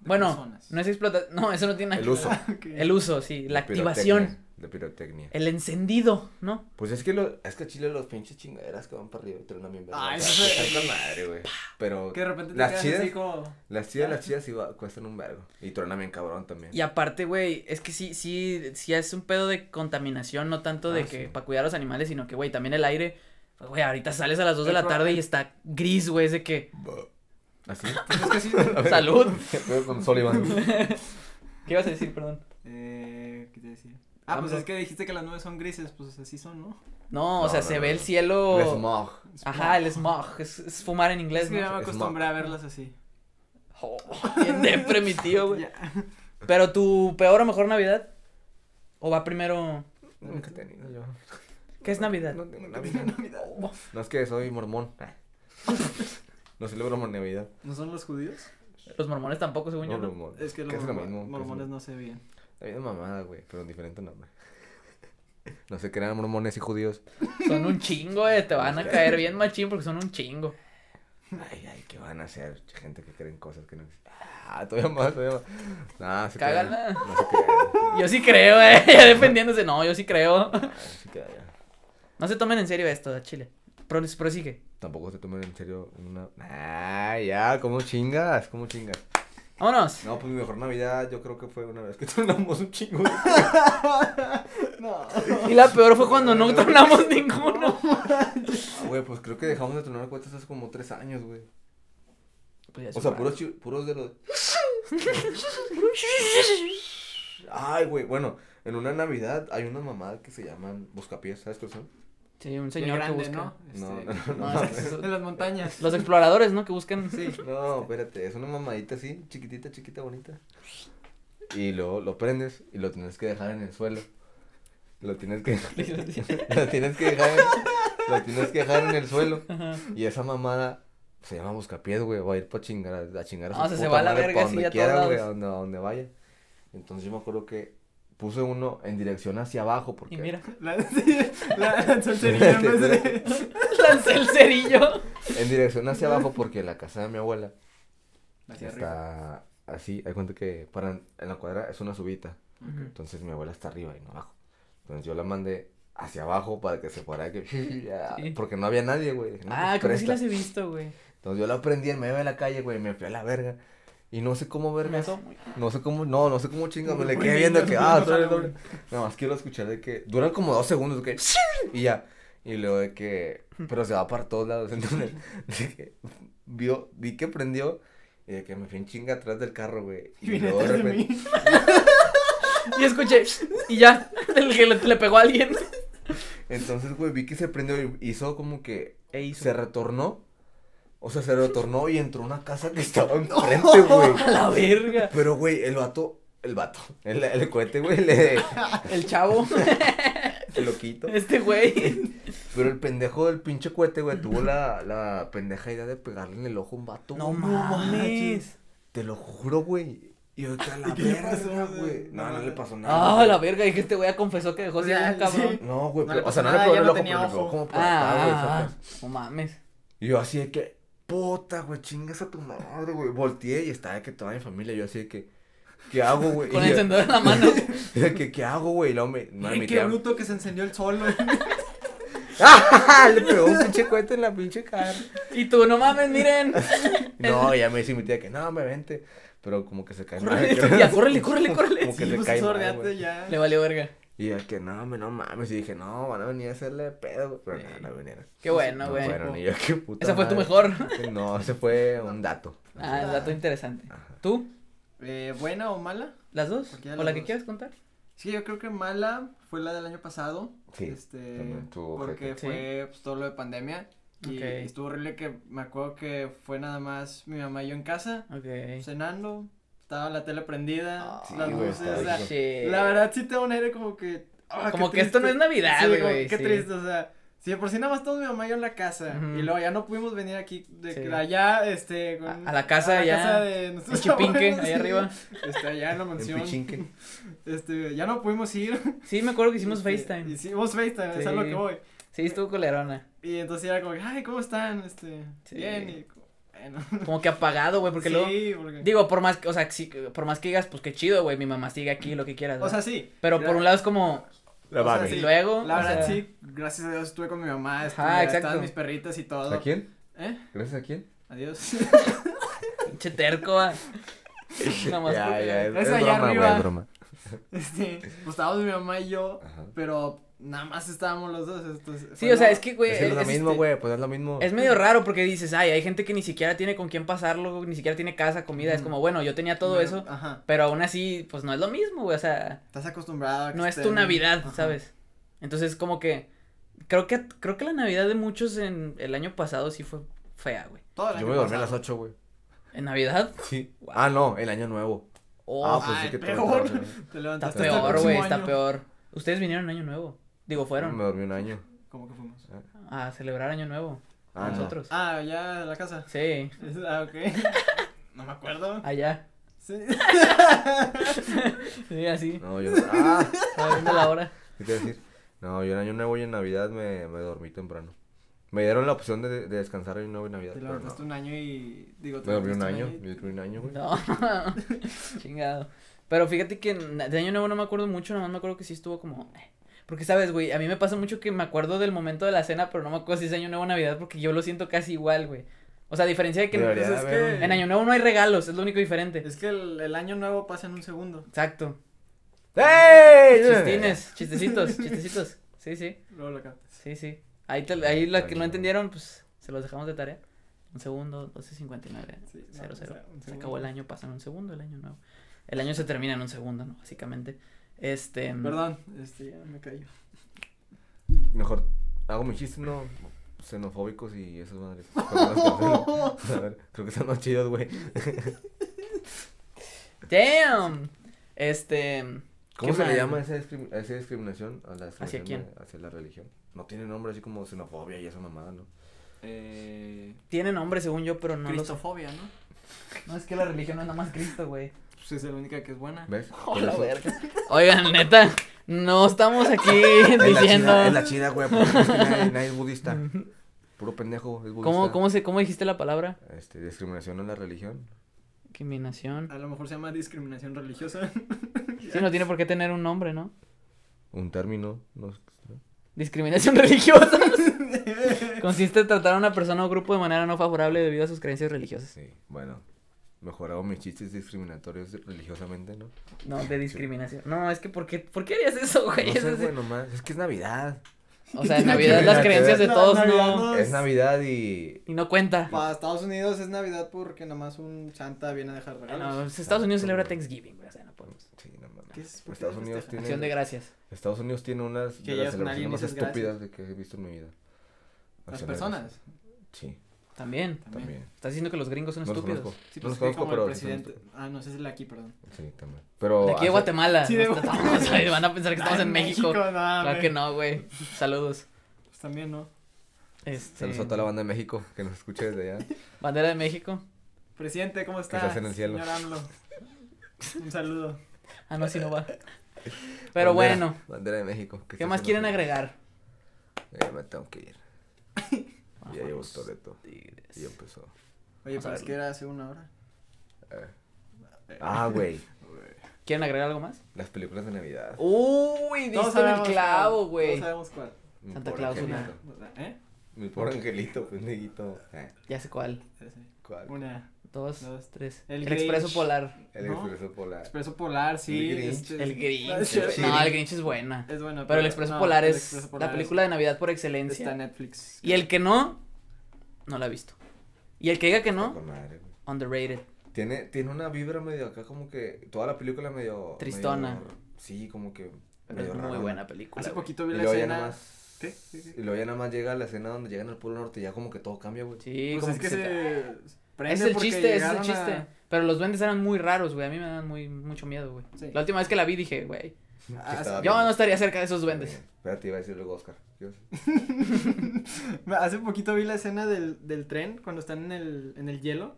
Speaker 2: Bueno,
Speaker 3: personas.
Speaker 2: no es explotación. No, eso no tiene nada
Speaker 4: El
Speaker 2: que
Speaker 4: uso.
Speaker 3: Ok.
Speaker 2: ver. El uso, sí. La
Speaker 4: de
Speaker 2: activación. Eh.
Speaker 4: pirotecnia, De pirotecnia.
Speaker 2: El encendido, ¿no?
Speaker 4: Pues es que lo, es que Chile los pinches chingaderas que van para arriba y truenan bien verga.
Speaker 3: Ay,
Speaker 4: O sea,
Speaker 3: eso es-
Speaker 4: están con madre, güey. Pero
Speaker 3: Que de repente te
Speaker 4: las
Speaker 3: quedas
Speaker 4: chidas,
Speaker 3: así como...
Speaker 4: las chidas, las chidas sí va- cuestan un vergo. Y truenan bien cabrón también.
Speaker 2: Y aparte, güey, es que sí, sí, sí es un pedo de contaminación, no tanto de
Speaker 4: Ah,
Speaker 2: que
Speaker 4: sí.
Speaker 2: para cuidar a los animales, sino que, güey, también el aire. Pues, Güey, ahorita sales a las 2 de
Speaker 3: El
Speaker 2: la
Speaker 3: pro-
Speaker 2: tarde y
Speaker 3: el-
Speaker 2: está gris, güey, es de
Speaker 4: (laughs)
Speaker 2: que. (laughs)
Speaker 4: Así. (laughs)
Speaker 3: Pues es que sí.
Speaker 4: A ver,
Speaker 2: Salud.
Speaker 4: ¿Qué pedo (laughs) con Sullivan?
Speaker 2: ¿Qué ibas a decir, perdón?
Speaker 3: eh, ¿Qué te decía? Ah,
Speaker 2: Vamos.
Speaker 3: pues es que dijiste que las nubes son grises, pues así son, ¿no?
Speaker 2: No, o
Speaker 4: No,
Speaker 2: sea,
Speaker 4: no,
Speaker 2: se
Speaker 4: no,
Speaker 2: ve
Speaker 4: no.
Speaker 2: el cielo.
Speaker 4: El smog.
Speaker 2: Ajá, el smog. Es, es fumar en
Speaker 3: Es
Speaker 2: inglés,
Speaker 3: que
Speaker 2: ¿no?
Speaker 3: ya me
Speaker 4: Es
Speaker 3: acostumbré a verlas así.
Speaker 2: Oh, bien depre, mi
Speaker 4: (laughs)
Speaker 2: tío, güey.
Speaker 3: Ya. (laughs)
Speaker 2: Pero tu peor o mejor Navidad. ¿O va primero?
Speaker 4: Nunca he tenido yo.
Speaker 2: ¿Qué es Navidad?
Speaker 4: No tengo Navidad. No es que soy mormón. No celebro mor- Navidad.
Speaker 3: ¿No son los judíos?
Speaker 2: Los mormones tampoco, según
Speaker 4: No,
Speaker 2: yo, ¿no?
Speaker 4: mormón.
Speaker 3: Es que los
Speaker 4: es lo
Speaker 3: mormo-
Speaker 4: mismo.
Speaker 3: mormones no se veían.
Speaker 4: Navidad es mamada, güey, pero en diferente nombre. (laughs) No se crean mormones y judíos.
Speaker 2: Son un chingo, eh, te van a caer bien machín porque son un chingo.
Speaker 4: Ay, ay, ¿qué van a hacer? Gente que creen cosas que no existen. Ah, todavía más, todavía más. Nah, se crean.
Speaker 2: Cágala.
Speaker 4: No se crean.
Speaker 2: Yo sí creo, eh, (laughs) ya defendiéndose, no, yo sí creo.
Speaker 4: Ah, se crean.
Speaker 2: No se tomen en serio esto, da Chile. Pro- prosigue.
Speaker 4: Tampoco se tomen en serio una. Ah, ya, ¿cómo chingas? ¿Cómo chingas?
Speaker 2: Vámonos.
Speaker 4: No, pues mi mejor Navidad yo creo que fue una vez que (laughs) tronamos un chingo.
Speaker 3: No.
Speaker 2: Y la peor fue cuando
Speaker 4: (laughs)
Speaker 2: no tronamos ninguno.
Speaker 4: Ah, Güey, pues creo que dejamos de tronar cuentas hace como tres años, güey.
Speaker 2: Pues ya
Speaker 4: O
Speaker 2: se
Speaker 4: sea,
Speaker 2: fue.
Speaker 4: puros, chi- puros de los... Ay, güey, bueno, en una Navidad hay una mamada que se llaman buscapiés, ¿sabes qué son?
Speaker 2: Sí, un señor
Speaker 3: grande,
Speaker 2: que busca.
Speaker 3: ¿no?
Speaker 4: No,
Speaker 3: Este,
Speaker 4: no, no,
Speaker 2: no.
Speaker 3: De las montañas.
Speaker 2: Los exploradores, ¿no? Que buscan.
Speaker 3: Sí.
Speaker 4: (laughs) No, espérate, es una mamadita así, chiquitita, chiquita, bonita. Y luego lo prendes y lo tienes que dejar en el suelo. Lo tienes
Speaker 2: (laughs)
Speaker 4: que... (laughs) lo tienes que dejar en... Lo tienes que dejar en el suelo.
Speaker 2: Ajá.
Speaker 4: Y esa mamada se llama buscapiés, güey. Va a ir pa' chingar, a- a chingar a
Speaker 2: Ah, o sea, se va a la
Speaker 4: madre,
Speaker 2: verga
Speaker 4: pa'
Speaker 2: así
Speaker 4: donde
Speaker 2: a todos
Speaker 4: quiera, güey, a
Speaker 2: lados.
Speaker 4: donde, a donde vaya. Entonces yo me acuerdo que puse uno en dirección hacia abajo porque...
Speaker 2: Y mira,
Speaker 3: (laughs)
Speaker 2: (laughs)
Speaker 3: La, la, la salsería, no sé. (laughs)
Speaker 2: lancé el cerillo.
Speaker 4: En dirección hacia abajo porque la casa de mi abuela
Speaker 3: Hacia arriba.
Speaker 4: está así. Hay cuenta que para en la cuadra es una subida. Entonces mi abuela está arriba y no abajo. Entonces yo la mandé hacia abajo para que se fuera que... (laughs)
Speaker 2: Sí.
Speaker 4: Porque no había nadie, güey. Dije, "No,
Speaker 2: Ah,
Speaker 4: pues,
Speaker 2: creo que sí
Speaker 4: presta".
Speaker 2: las he visto, güey.
Speaker 4: Entonces yo la prendí en medio de la calle, güey, y me fui a la verga. Y no sé cómo
Speaker 2: Me
Speaker 4: verga.
Speaker 2: asomo.
Speaker 4: No sé cómo, no, no sé cómo chinga,
Speaker 3: (laughs)
Speaker 4: me le
Speaker 3: Muy
Speaker 4: quedé
Speaker 3: lindo,
Speaker 4: viendo que,
Speaker 3: no,
Speaker 4: ah,
Speaker 3: no
Speaker 4: otra vez
Speaker 3: sale,
Speaker 4: doble. Nada más quiero escuchar de que, duran como dos segundos, de que, (laughs) y ya. Y luego de que, pero se va para todos lados, (laughs) entonces, de que, vio, vi que prendió, y de que me fui en chinga atrás del carro, güey.
Speaker 3: Y (laughs)
Speaker 4: Y
Speaker 3: viene
Speaker 4: luego de
Speaker 3: atrás de
Speaker 4: repente,
Speaker 3: mí.
Speaker 2: Y escuché, y ya, (laughs) el que le, le pegó a alguien.
Speaker 4: entonces, güey, vi que se prendió y hizo como que,
Speaker 2: E hizo.
Speaker 4: se retornó, o sea, se retornó y entró a una casa que
Speaker 2: (laughs)
Speaker 4: estaba enfrente, güey.
Speaker 2: A la verga.
Speaker 4: Pero, güey, el vato, el vato, el, el cohete, güey, le, (laughs)
Speaker 2: El chavo,
Speaker 4: el loquito.
Speaker 2: este güey.
Speaker 4: Pero el pendejo del pinche cohete, güey, tuvo la, la pendeja idea de pegarle en el ojo a un vato.
Speaker 2: No
Speaker 4: güey.
Speaker 2: Ah, mames.
Speaker 4: Te lo juro, güey. Y yo, que a
Speaker 2: (laughs)
Speaker 4: la
Speaker 3: qué le
Speaker 4: verga,
Speaker 3: pasó,
Speaker 4: güey.
Speaker 3: güey?
Speaker 4: No, no le pasó nada.
Speaker 2: Ah,
Speaker 4: güey.
Speaker 2: la verga, dije, este güey ya confesó que dejó
Speaker 3: O
Speaker 2: sin
Speaker 3: sea,
Speaker 2: un cabrón.
Speaker 3: sí.
Speaker 4: No, güey,
Speaker 3: No
Speaker 4: pero-
Speaker 3: le
Speaker 4: o sea, no le
Speaker 3: pasó nada,
Speaker 4: pegó en
Speaker 3: ya
Speaker 4: el
Speaker 3: no
Speaker 4: ojo,
Speaker 3: tenía
Speaker 4: pero le pegó
Speaker 3: ojo.
Speaker 4: como por acá, güey. pues.
Speaker 2: Ah,
Speaker 4: sacas.
Speaker 2: no mames.
Speaker 4: Y yo así de que, puta, güey, chingas a tu madre, güey. Volteé y estaba de que toda mi familia, yo así de que, ¿qué hago, güey?
Speaker 2: Con
Speaker 4: Y
Speaker 2: el
Speaker 4: yo-
Speaker 2: encendedor en la mano.
Speaker 4: y de que, ¿qué hago, güey? Y luego me,
Speaker 2: (laughs)
Speaker 4: no,
Speaker 3: Ay,
Speaker 4: mi
Speaker 3: qué
Speaker 4: tía-
Speaker 3: bruto que se encendió el sol. güey.
Speaker 4: (laughs) ¡Ah! Le pegó un pinche cohete en la pinche cara.
Speaker 2: Y tú, no
Speaker 4: (laughs)
Speaker 2: mames, miren. (laughs)
Speaker 4: No, ya me dice mi tía que no, me vente. Pero como que se cae mal.
Speaker 2: Córrele, tía, córrele, córrele, córrele.
Speaker 4: Como que
Speaker 3: Sí,
Speaker 4: le
Speaker 3: pues,
Speaker 4: cae mal,
Speaker 3: sordeate
Speaker 4: güey.
Speaker 3: ya.
Speaker 2: Le valió verga.
Speaker 4: Y ya que no, me no mames. Y dije, no, van a venir a hacerle pedo. güey. Pero no, no vinieron.
Speaker 2: Qué bueno,
Speaker 4: No
Speaker 2: güey.
Speaker 4: fueron. Y yo, qué puta
Speaker 2: Esa fue tu
Speaker 4: madre. (laughs)
Speaker 2: mejor.
Speaker 4: No, ese fue un dato.
Speaker 2: (laughs) Ah, dato interesante. ¿Tú?
Speaker 3: Eh, ¿Buena o mala?
Speaker 2: ¿Las dos?
Speaker 3: Cualquiera de
Speaker 2: ¿O la
Speaker 3: las
Speaker 2: que
Speaker 3: dos.
Speaker 2: quieras contar?
Speaker 3: Sí, yo creo que mala fue la del año pasado.
Speaker 4: Sí,
Speaker 3: Este,
Speaker 4: también estuvo
Speaker 3: porque
Speaker 2: ojete.
Speaker 3: fue pues, todo lo de pandemia. Y
Speaker 2: Ok.
Speaker 3: estuvo horrible que me acuerdo que fue nada más mi mamá y yo en casa,
Speaker 2: Ok.
Speaker 3: cenando, estaba la tele prendida,
Speaker 4: Ah,
Speaker 3: las
Speaker 4: sí, güey,
Speaker 3: luces.
Speaker 4: está
Speaker 3: o sea,
Speaker 4: bien.
Speaker 2: Shit.
Speaker 3: la verdad sí te da un aire como que. ah, qué
Speaker 2: Como que esto no
Speaker 3: triste.
Speaker 2: es Navidad,
Speaker 3: Sí,
Speaker 2: güey,
Speaker 3: como
Speaker 2: güey,
Speaker 3: que Qué
Speaker 2: sí.
Speaker 3: triste, o sea. Sí, de por si nada más todos mi mamá y yo en la casa.
Speaker 2: Ujú.
Speaker 3: Y luego ya no pudimos venir aquí, de
Speaker 2: Sí.
Speaker 3: de allá, este. con-
Speaker 2: A- a la casa allá,
Speaker 3: de
Speaker 2: En
Speaker 3: nuestros
Speaker 2: Chipinque,
Speaker 3: abuelos,
Speaker 2: ahí
Speaker 3: sí.
Speaker 2: arriba.
Speaker 3: (laughs) Este, allá en la
Speaker 4: En
Speaker 3: mansión.
Speaker 4: Pichinque.
Speaker 3: Este, ya no pudimos ir.
Speaker 2: Sí, me acuerdo que (laughs) hicimos
Speaker 3: Este,
Speaker 2: FaceTime.
Speaker 3: Hicimos FaceTime, es a lo
Speaker 2: Sí.
Speaker 3: que voy.
Speaker 2: Sí, estuvo colerona.
Speaker 3: Y entonces era como, que, ay, ¿cómo están? Este,
Speaker 2: Sí.
Speaker 3: bien. Y, como, bueno.
Speaker 2: Como que apagado, güey, (laughs) porque
Speaker 3: sí,
Speaker 2: luego.
Speaker 3: porque.
Speaker 2: Digo, por más que, o sea, sí, por más que digas, pues qué chido, güey, mi mamá sigue aquí, lo que quieras.
Speaker 3: o
Speaker 2: ¿no?
Speaker 3: sea, sí.
Speaker 2: Pero
Speaker 3: la-
Speaker 2: por un lado es como,
Speaker 1: La
Speaker 3: O sea,
Speaker 1: mami.
Speaker 2: y
Speaker 3: sí.
Speaker 2: luego.
Speaker 3: La
Speaker 2: o
Speaker 3: verdad,
Speaker 2: sea,
Speaker 3: sí, gracias a Dios estuve con mi mamá. Este,
Speaker 2: Ajá,
Speaker 3: estaban
Speaker 2: exacto.
Speaker 3: mis perritas y todo.
Speaker 4: ¿A quién?
Speaker 3: ¿Eh?
Speaker 4: ¿Gracias a quién? (laughs)
Speaker 3: Adiós. (laughs)
Speaker 2: Pinche terco, ah. va. (laughs) Nada más porque-
Speaker 3: es- es allá arriba.
Speaker 4: broma.
Speaker 3: este, pues estábamos mi mamá y yo,
Speaker 4: Ajá.
Speaker 3: pero nada más estábamos los dos. entonces,
Speaker 2: Sí,
Speaker 3: fue
Speaker 2: o sea,
Speaker 3: lo-
Speaker 2: es que, güey.
Speaker 4: Es, lo
Speaker 2: es-
Speaker 4: mismo,
Speaker 3: este-
Speaker 4: güey, pues es lo mismo.
Speaker 2: Es medio raro porque dices, ay, hay gente que ni siquiera tiene con quién pasarlo, ni siquiera tiene casa, comida. Es
Speaker 3: Ujú.
Speaker 2: como, bueno, yo tenía todo
Speaker 3: Pero-
Speaker 2: eso,
Speaker 3: Ajá.
Speaker 2: pero aún así, pues no es lo mismo, güey. O sea,
Speaker 3: Estás acostumbrado a que
Speaker 2: no es tu
Speaker 3: estén-
Speaker 2: Navidad,
Speaker 3: Ajá.
Speaker 2: ¿sabes? Entonces, como que creo que creo que la Navidad de muchos en el año pasado sí fue fea, güey.
Speaker 3: Todo el año
Speaker 4: Yo me dormí a las
Speaker 3: pasado.
Speaker 4: 8, güey.
Speaker 2: ¿En Navidad?
Speaker 4: Sí.
Speaker 2: Wow.
Speaker 4: Ah, no, el año nuevo.
Speaker 2: Oh,
Speaker 4: Ah, pues
Speaker 3: Ay,
Speaker 4: sí que tuve
Speaker 3: peor.
Speaker 4: que dormir.
Speaker 3: Te
Speaker 2: está
Speaker 3: levantaste hasta este el
Speaker 2: peor,
Speaker 3: próximo
Speaker 2: güey, está
Speaker 3: año.
Speaker 2: peor. Ustedes vinieron en año nuevo. Digo, fueron
Speaker 4: Me dormí un año.
Speaker 3: ¿Cómo que fuimos?
Speaker 2: a celebrar año nuevo.
Speaker 4: Ah, no.
Speaker 2: nosotros.
Speaker 3: Ah, ya, a la casa.
Speaker 2: Sí,
Speaker 3: Ah, (laughs) ok. No me acuerdo.
Speaker 2: allá.
Speaker 3: Sí.
Speaker 2: Sí,
Speaker 3: (laughs)
Speaker 2: así.
Speaker 4: No,
Speaker 2: (laughs)
Speaker 4: yo. Ah,
Speaker 2: Estaba viendo la hora.
Speaker 4: ¿qué te iba a decir? No, yo en año nuevo y en Navidad me, me dormí temprano. Me dieron la opción de, de descansar año nuevo y Navidad.
Speaker 3: Te
Speaker 4: pero no.
Speaker 3: levantaste un año y. Digo, te
Speaker 4: Me dormí un
Speaker 3: levantaste
Speaker 4: año. Me dormí un año, güey.
Speaker 2: No, (laughs) chingado. Pero fíjate que na- de Año Nuevo no me acuerdo mucho, nomás me acuerdo que sí estuvo como... eh. Porque, ¿sabes, güey? A mí me pasa mucho que me acuerdo del momento de la cena, pero no me acuerdo si es Año Nuevo o Navidad, porque yo lo siento casi igual, güey. O sea, a diferencia de que
Speaker 4: Debería
Speaker 2: en,
Speaker 4: de
Speaker 3: es
Speaker 4: haber
Speaker 3: que-
Speaker 4: un-
Speaker 2: en Año Nuevo no hay regalos, es lo único diferente.
Speaker 3: Es que el, el año nuevo pasa en un segundo.
Speaker 2: Exacto.
Speaker 4: (laughs) ¡Ey!
Speaker 2: Chistines,
Speaker 3: (laughs)
Speaker 2: chistecitos, chistecitos. Sí, sí,
Speaker 3: Luego lo captas.
Speaker 2: sí, sí. Ahí, te- ahí la que
Speaker 4: Año
Speaker 2: no
Speaker 4: Nuevo.
Speaker 2: entendieron, pues, se los dejamos de tarea. Un segundo, 12.59,
Speaker 3: Sí, no,
Speaker 2: 00.
Speaker 3: o sea, un
Speaker 2: Se
Speaker 3: segundo.
Speaker 2: acabó el año, pasa en un segundo el año nuevo. El año se termina en un segundo, ¿no? Básicamente. Este. mm,
Speaker 3: Perdón, este, ya me cayó.
Speaker 4: Mejor hago mis chistes, no. Xenofóbicos y esas
Speaker 2: (laughs)
Speaker 4: madres. Perdón, a ver, Creo que son los chidos, güey.
Speaker 2: Damn. Este.
Speaker 4: ¿Cómo
Speaker 2: ¿Qué
Speaker 4: se
Speaker 2: mal?
Speaker 4: le llama a esa, discrim- a esa discriminación? A la discriminación
Speaker 2: quién?
Speaker 4: de- hacia la religión. No tiene nombre así como xenofobia y esa mamada, ¿no?
Speaker 3: Eh.
Speaker 2: Tiene nombre según yo, pero no lo sé.
Speaker 3: Cristofobia, ¿no?
Speaker 2: No es que la religión no es nada más
Speaker 4: (laughs)
Speaker 2: Cristo, güey.
Speaker 3: Pues es la única que es buena.
Speaker 2: (laughs)
Speaker 4: ¿Ves? Por
Speaker 2: Hola,
Speaker 4: eso-
Speaker 2: Ah. verga. Oigan, neta, no estamos aquí
Speaker 4: (laughs) Es la
Speaker 2: diciendo.
Speaker 4: chida, es la chida, güey. porque es que nadie, nadie es
Speaker 2: (laughs)
Speaker 4: budista. Puro pendejo, es budista.
Speaker 2: ¿Cómo, cómo, se, ¿Cómo dijiste la palabra?
Speaker 4: Este, discriminación a la religión.
Speaker 2: Discriminación.
Speaker 3: A lo mejor se llama discriminación religiosa. (laughs)
Speaker 2: Sí, no tiene por qué tener un nombre, ¿no?
Speaker 4: Un término. No, sé, ¿no?
Speaker 2: Discriminación (laughs) religiosa.
Speaker 4: (laughs)
Speaker 2: Consiste en tratar a una persona o grupo de manera no favorable debido a sus creencias religiosas.
Speaker 4: Sí, bueno. Mejor hago mis chistes discriminatorios religiosamente,
Speaker 2: (laughs)
Speaker 4: ¿no?
Speaker 2: No, de discriminación. No, es que ¿por qué, ¿por qué harías eso, güey?
Speaker 4: No
Speaker 2: Es
Speaker 4: sé,
Speaker 2: así-
Speaker 4: güey, nomás. Es que es Navidad.
Speaker 2: O sea, en Navidad las creencias de
Speaker 3: No,
Speaker 2: todos
Speaker 3: Navidad
Speaker 2: no...
Speaker 3: no.
Speaker 4: Es Navidad y.
Speaker 2: Y no cuenta.
Speaker 3: Para Estados Unidos es Navidad porque nada más un santa viene a dejar regalos.
Speaker 2: No, pues, Estados Unidos celebra Thanksgiving, güey. O sea, no podemos.
Speaker 4: pues, Sí, no mames.
Speaker 3: ¿Qué es? ¿Por qué
Speaker 4: Estados
Speaker 3: les
Speaker 4: Unidos
Speaker 3: festejan?
Speaker 4: tiene.
Speaker 2: Acción de gracias.
Speaker 4: Estados Unidos tiene unas
Speaker 3: Que
Speaker 4: de las
Speaker 3: ellos nadie
Speaker 4: celebraciones más
Speaker 3: dices gracias.
Speaker 4: estúpidas de que he visto en mi vida.
Speaker 3: Las
Speaker 4: Acción de
Speaker 3: personas.
Speaker 4: gracias. Sí,
Speaker 2: También.
Speaker 3: También.
Speaker 4: también.
Speaker 2: Estás diciendo que los gringos son
Speaker 4: No los
Speaker 2: estúpidos.
Speaker 4: conozco.
Speaker 3: Sí,
Speaker 4: no los
Speaker 3: pues
Speaker 4: conozco,
Speaker 3: como
Speaker 4: pero.
Speaker 3: el
Speaker 4: sí son
Speaker 3: presidente. Ah, no, ese es el de aquí, perdón.
Speaker 4: estúpidos. Ah, Sí, también. Pero.
Speaker 2: De aquí de
Speaker 4: hace-
Speaker 2: Guatemala.
Speaker 3: Sí,
Speaker 2: no
Speaker 3: de
Speaker 2: está- o sea, van a pensar que estamos
Speaker 3: Ah,
Speaker 2: en México.
Speaker 3: nada,
Speaker 2: Claro
Speaker 3: me-
Speaker 2: que no, güey. Saludos.
Speaker 3: Pues también no.
Speaker 4: Se
Speaker 2: Este,
Speaker 4: nos saltó la banda de México, que nos escuche desde allá.
Speaker 2: Bandera de México.
Speaker 3: Presidente, ¿cómo está?
Speaker 4: estás en el cielo.
Speaker 3: Señor AMLO. Un saludo.
Speaker 2: Ah, no, así no va. (laughs)
Speaker 4: Bandera,
Speaker 2: Pero bueno,
Speaker 4: Bandera de México.
Speaker 2: ¿qué más quieren agregar?
Speaker 4: Ya me tengo que ir. Y ya llevo el
Speaker 2: Vamos,
Speaker 4: toreto.
Speaker 2: Tigres.
Speaker 4: Y ya empezó.
Speaker 3: Oye,
Speaker 2: Vamos a
Speaker 3: pero es
Speaker 2: verlo.
Speaker 3: que era hace una hora.
Speaker 4: Eh. Ah, güey.
Speaker 2: ¿Quieren agregar algo más?
Speaker 4: Las películas de Navidad.
Speaker 2: Uh, Uy, diste en el
Speaker 3: sabemos
Speaker 2: clavo,
Speaker 3: cuál,
Speaker 2: güey.
Speaker 3: Todos sabemos cuál.
Speaker 4: Mi
Speaker 2: Santa
Speaker 4: pobre
Speaker 2: Claus,
Speaker 4: angelito.
Speaker 3: ¿Eh?
Speaker 4: Mi pobre angelito, pendeguito. Eh,
Speaker 2: Ya sé cuál.
Speaker 3: Ese.
Speaker 4: ¿Cuál?
Speaker 3: Una.
Speaker 2: Dos,
Speaker 3: Dos.
Speaker 2: tres. El,
Speaker 3: El
Speaker 2: expreso
Speaker 3: Grinch.
Speaker 2: polar.
Speaker 4: El
Speaker 3: ¿No?
Speaker 4: expreso polar.
Speaker 3: Expreso Polar, sí.
Speaker 4: El Grinch.
Speaker 3: este-
Speaker 2: El Grinch.
Speaker 3: Es
Speaker 2: güey.
Speaker 3: cierto.
Speaker 2: No, el Grinch es buena.
Speaker 3: Es bueno.
Speaker 2: Pero el Expreso Polar es la película de Navidad por
Speaker 3: Está en
Speaker 2: excelencia.
Speaker 3: Netflix.
Speaker 2: Y el que no, no la ha visto. Y el que diga que
Speaker 4: Está
Speaker 2: no,
Speaker 4: con madre, güey.
Speaker 2: underrated.
Speaker 4: Tiene, tiene una vibra medio acá como que toda la película medio...
Speaker 2: Tristona.
Speaker 4: medio- sí, como que
Speaker 2: Pero es muy
Speaker 4: rara.
Speaker 2: buena película.
Speaker 3: Hace
Speaker 2: güey.
Speaker 3: poquito
Speaker 4: Y
Speaker 3: vi la
Speaker 4: luego ya nada
Speaker 3: escena.
Speaker 4: más...
Speaker 3: ¿Qué? ¿Qué? ¿Qué?
Speaker 4: Y luego ya nada más llega la escena donde llegan al Polo Norte y ya como que todo cambia, güey.
Speaker 2: Sí,
Speaker 3: Pues
Speaker 2: como
Speaker 3: es
Speaker 2: que
Speaker 3: que
Speaker 2: se-
Speaker 3: se. prende
Speaker 2: Ese Es el
Speaker 3: porque
Speaker 2: chiste, ese es el
Speaker 3: llegaron
Speaker 2: chiste.
Speaker 3: a-
Speaker 2: Pero los duendes eran muy raros, güey. A mí me dan muy, mucho miedo, güey.
Speaker 3: Sí.
Speaker 2: La última vez que la vi dije, güey,
Speaker 3: Hace,
Speaker 4: estaba-
Speaker 2: Yo no estaría cerca de esos duendes.
Speaker 4: Espérate, iba a decir luego Oscar. ¿Qué ibas a decir?
Speaker 3: hace poquito vi la escena del, del tren cuando están en el, en el hielo.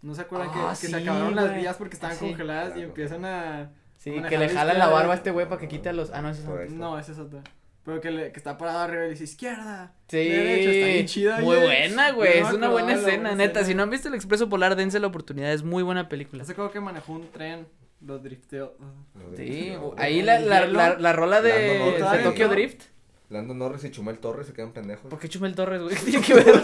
Speaker 3: ¿No se acuerdan que,
Speaker 2: Ah,
Speaker 3: que se
Speaker 2: sí,
Speaker 3: acabaron las
Speaker 2: güey.
Speaker 3: vías porque estaban
Speaker 2: Ah, sí.
Speaker 3: congeladas y
Speaker 4: Claro.
Speaker 3: empiezan a...
Speaker 2: Sí,
Speaker 3: Una
Speaker 2: que le
Speaker 3: jala
Speaker 2: jalan la
Speaker 3: izquierda.
Speaker 2: barba a este güey para que quite los. Ah, no, esos
Speaker 4: Por
Speaker 2: son.
Speaker 4: ahí está.
Speaker 3: No, esa es otra. Pero que, le, que está parado arriba y le dice izquierda.
Speaker 2: Sí,
Speaker 3: derecha, está bien chida,
Speaker 2: muy
Speaker 3: güey.
Speaker 2: buena,
Speaker 3: Yo
Speaker 2: güey.
Speaker 3: no
Speaker 2: es
Speaker 3: me
Speaker 2: una buena
Speaker 3: acordaba de la
Speaker 2: escena,
Speaker 3: buena
Speaker 2: neta.
Speaker 3: escena.
Speaker 2: Si no han visto El Expreso Polar, dense la oportunidad. Es muy buena película.
Speaker 3: Hace como que manejó un tren, lo drifteó. (laughs)
Speaker 2: Sí,
Speaker 4: No, güey.
Speaker 2: ahí la, la, la, la rola de,
Speaker 4: Lando Norris,
Speaker 2: de
Speaker 4: todavía
Speaker 2: Tokyo
Speaker 4: no.
Speaker 2: Drift.
Speaker 4: Lando Norris y Chumel Torres se quedan pendejos.
Speaker 2: ¿Por qué Chumel Torres, güey? (laughs) ¿Qué tiene que ver?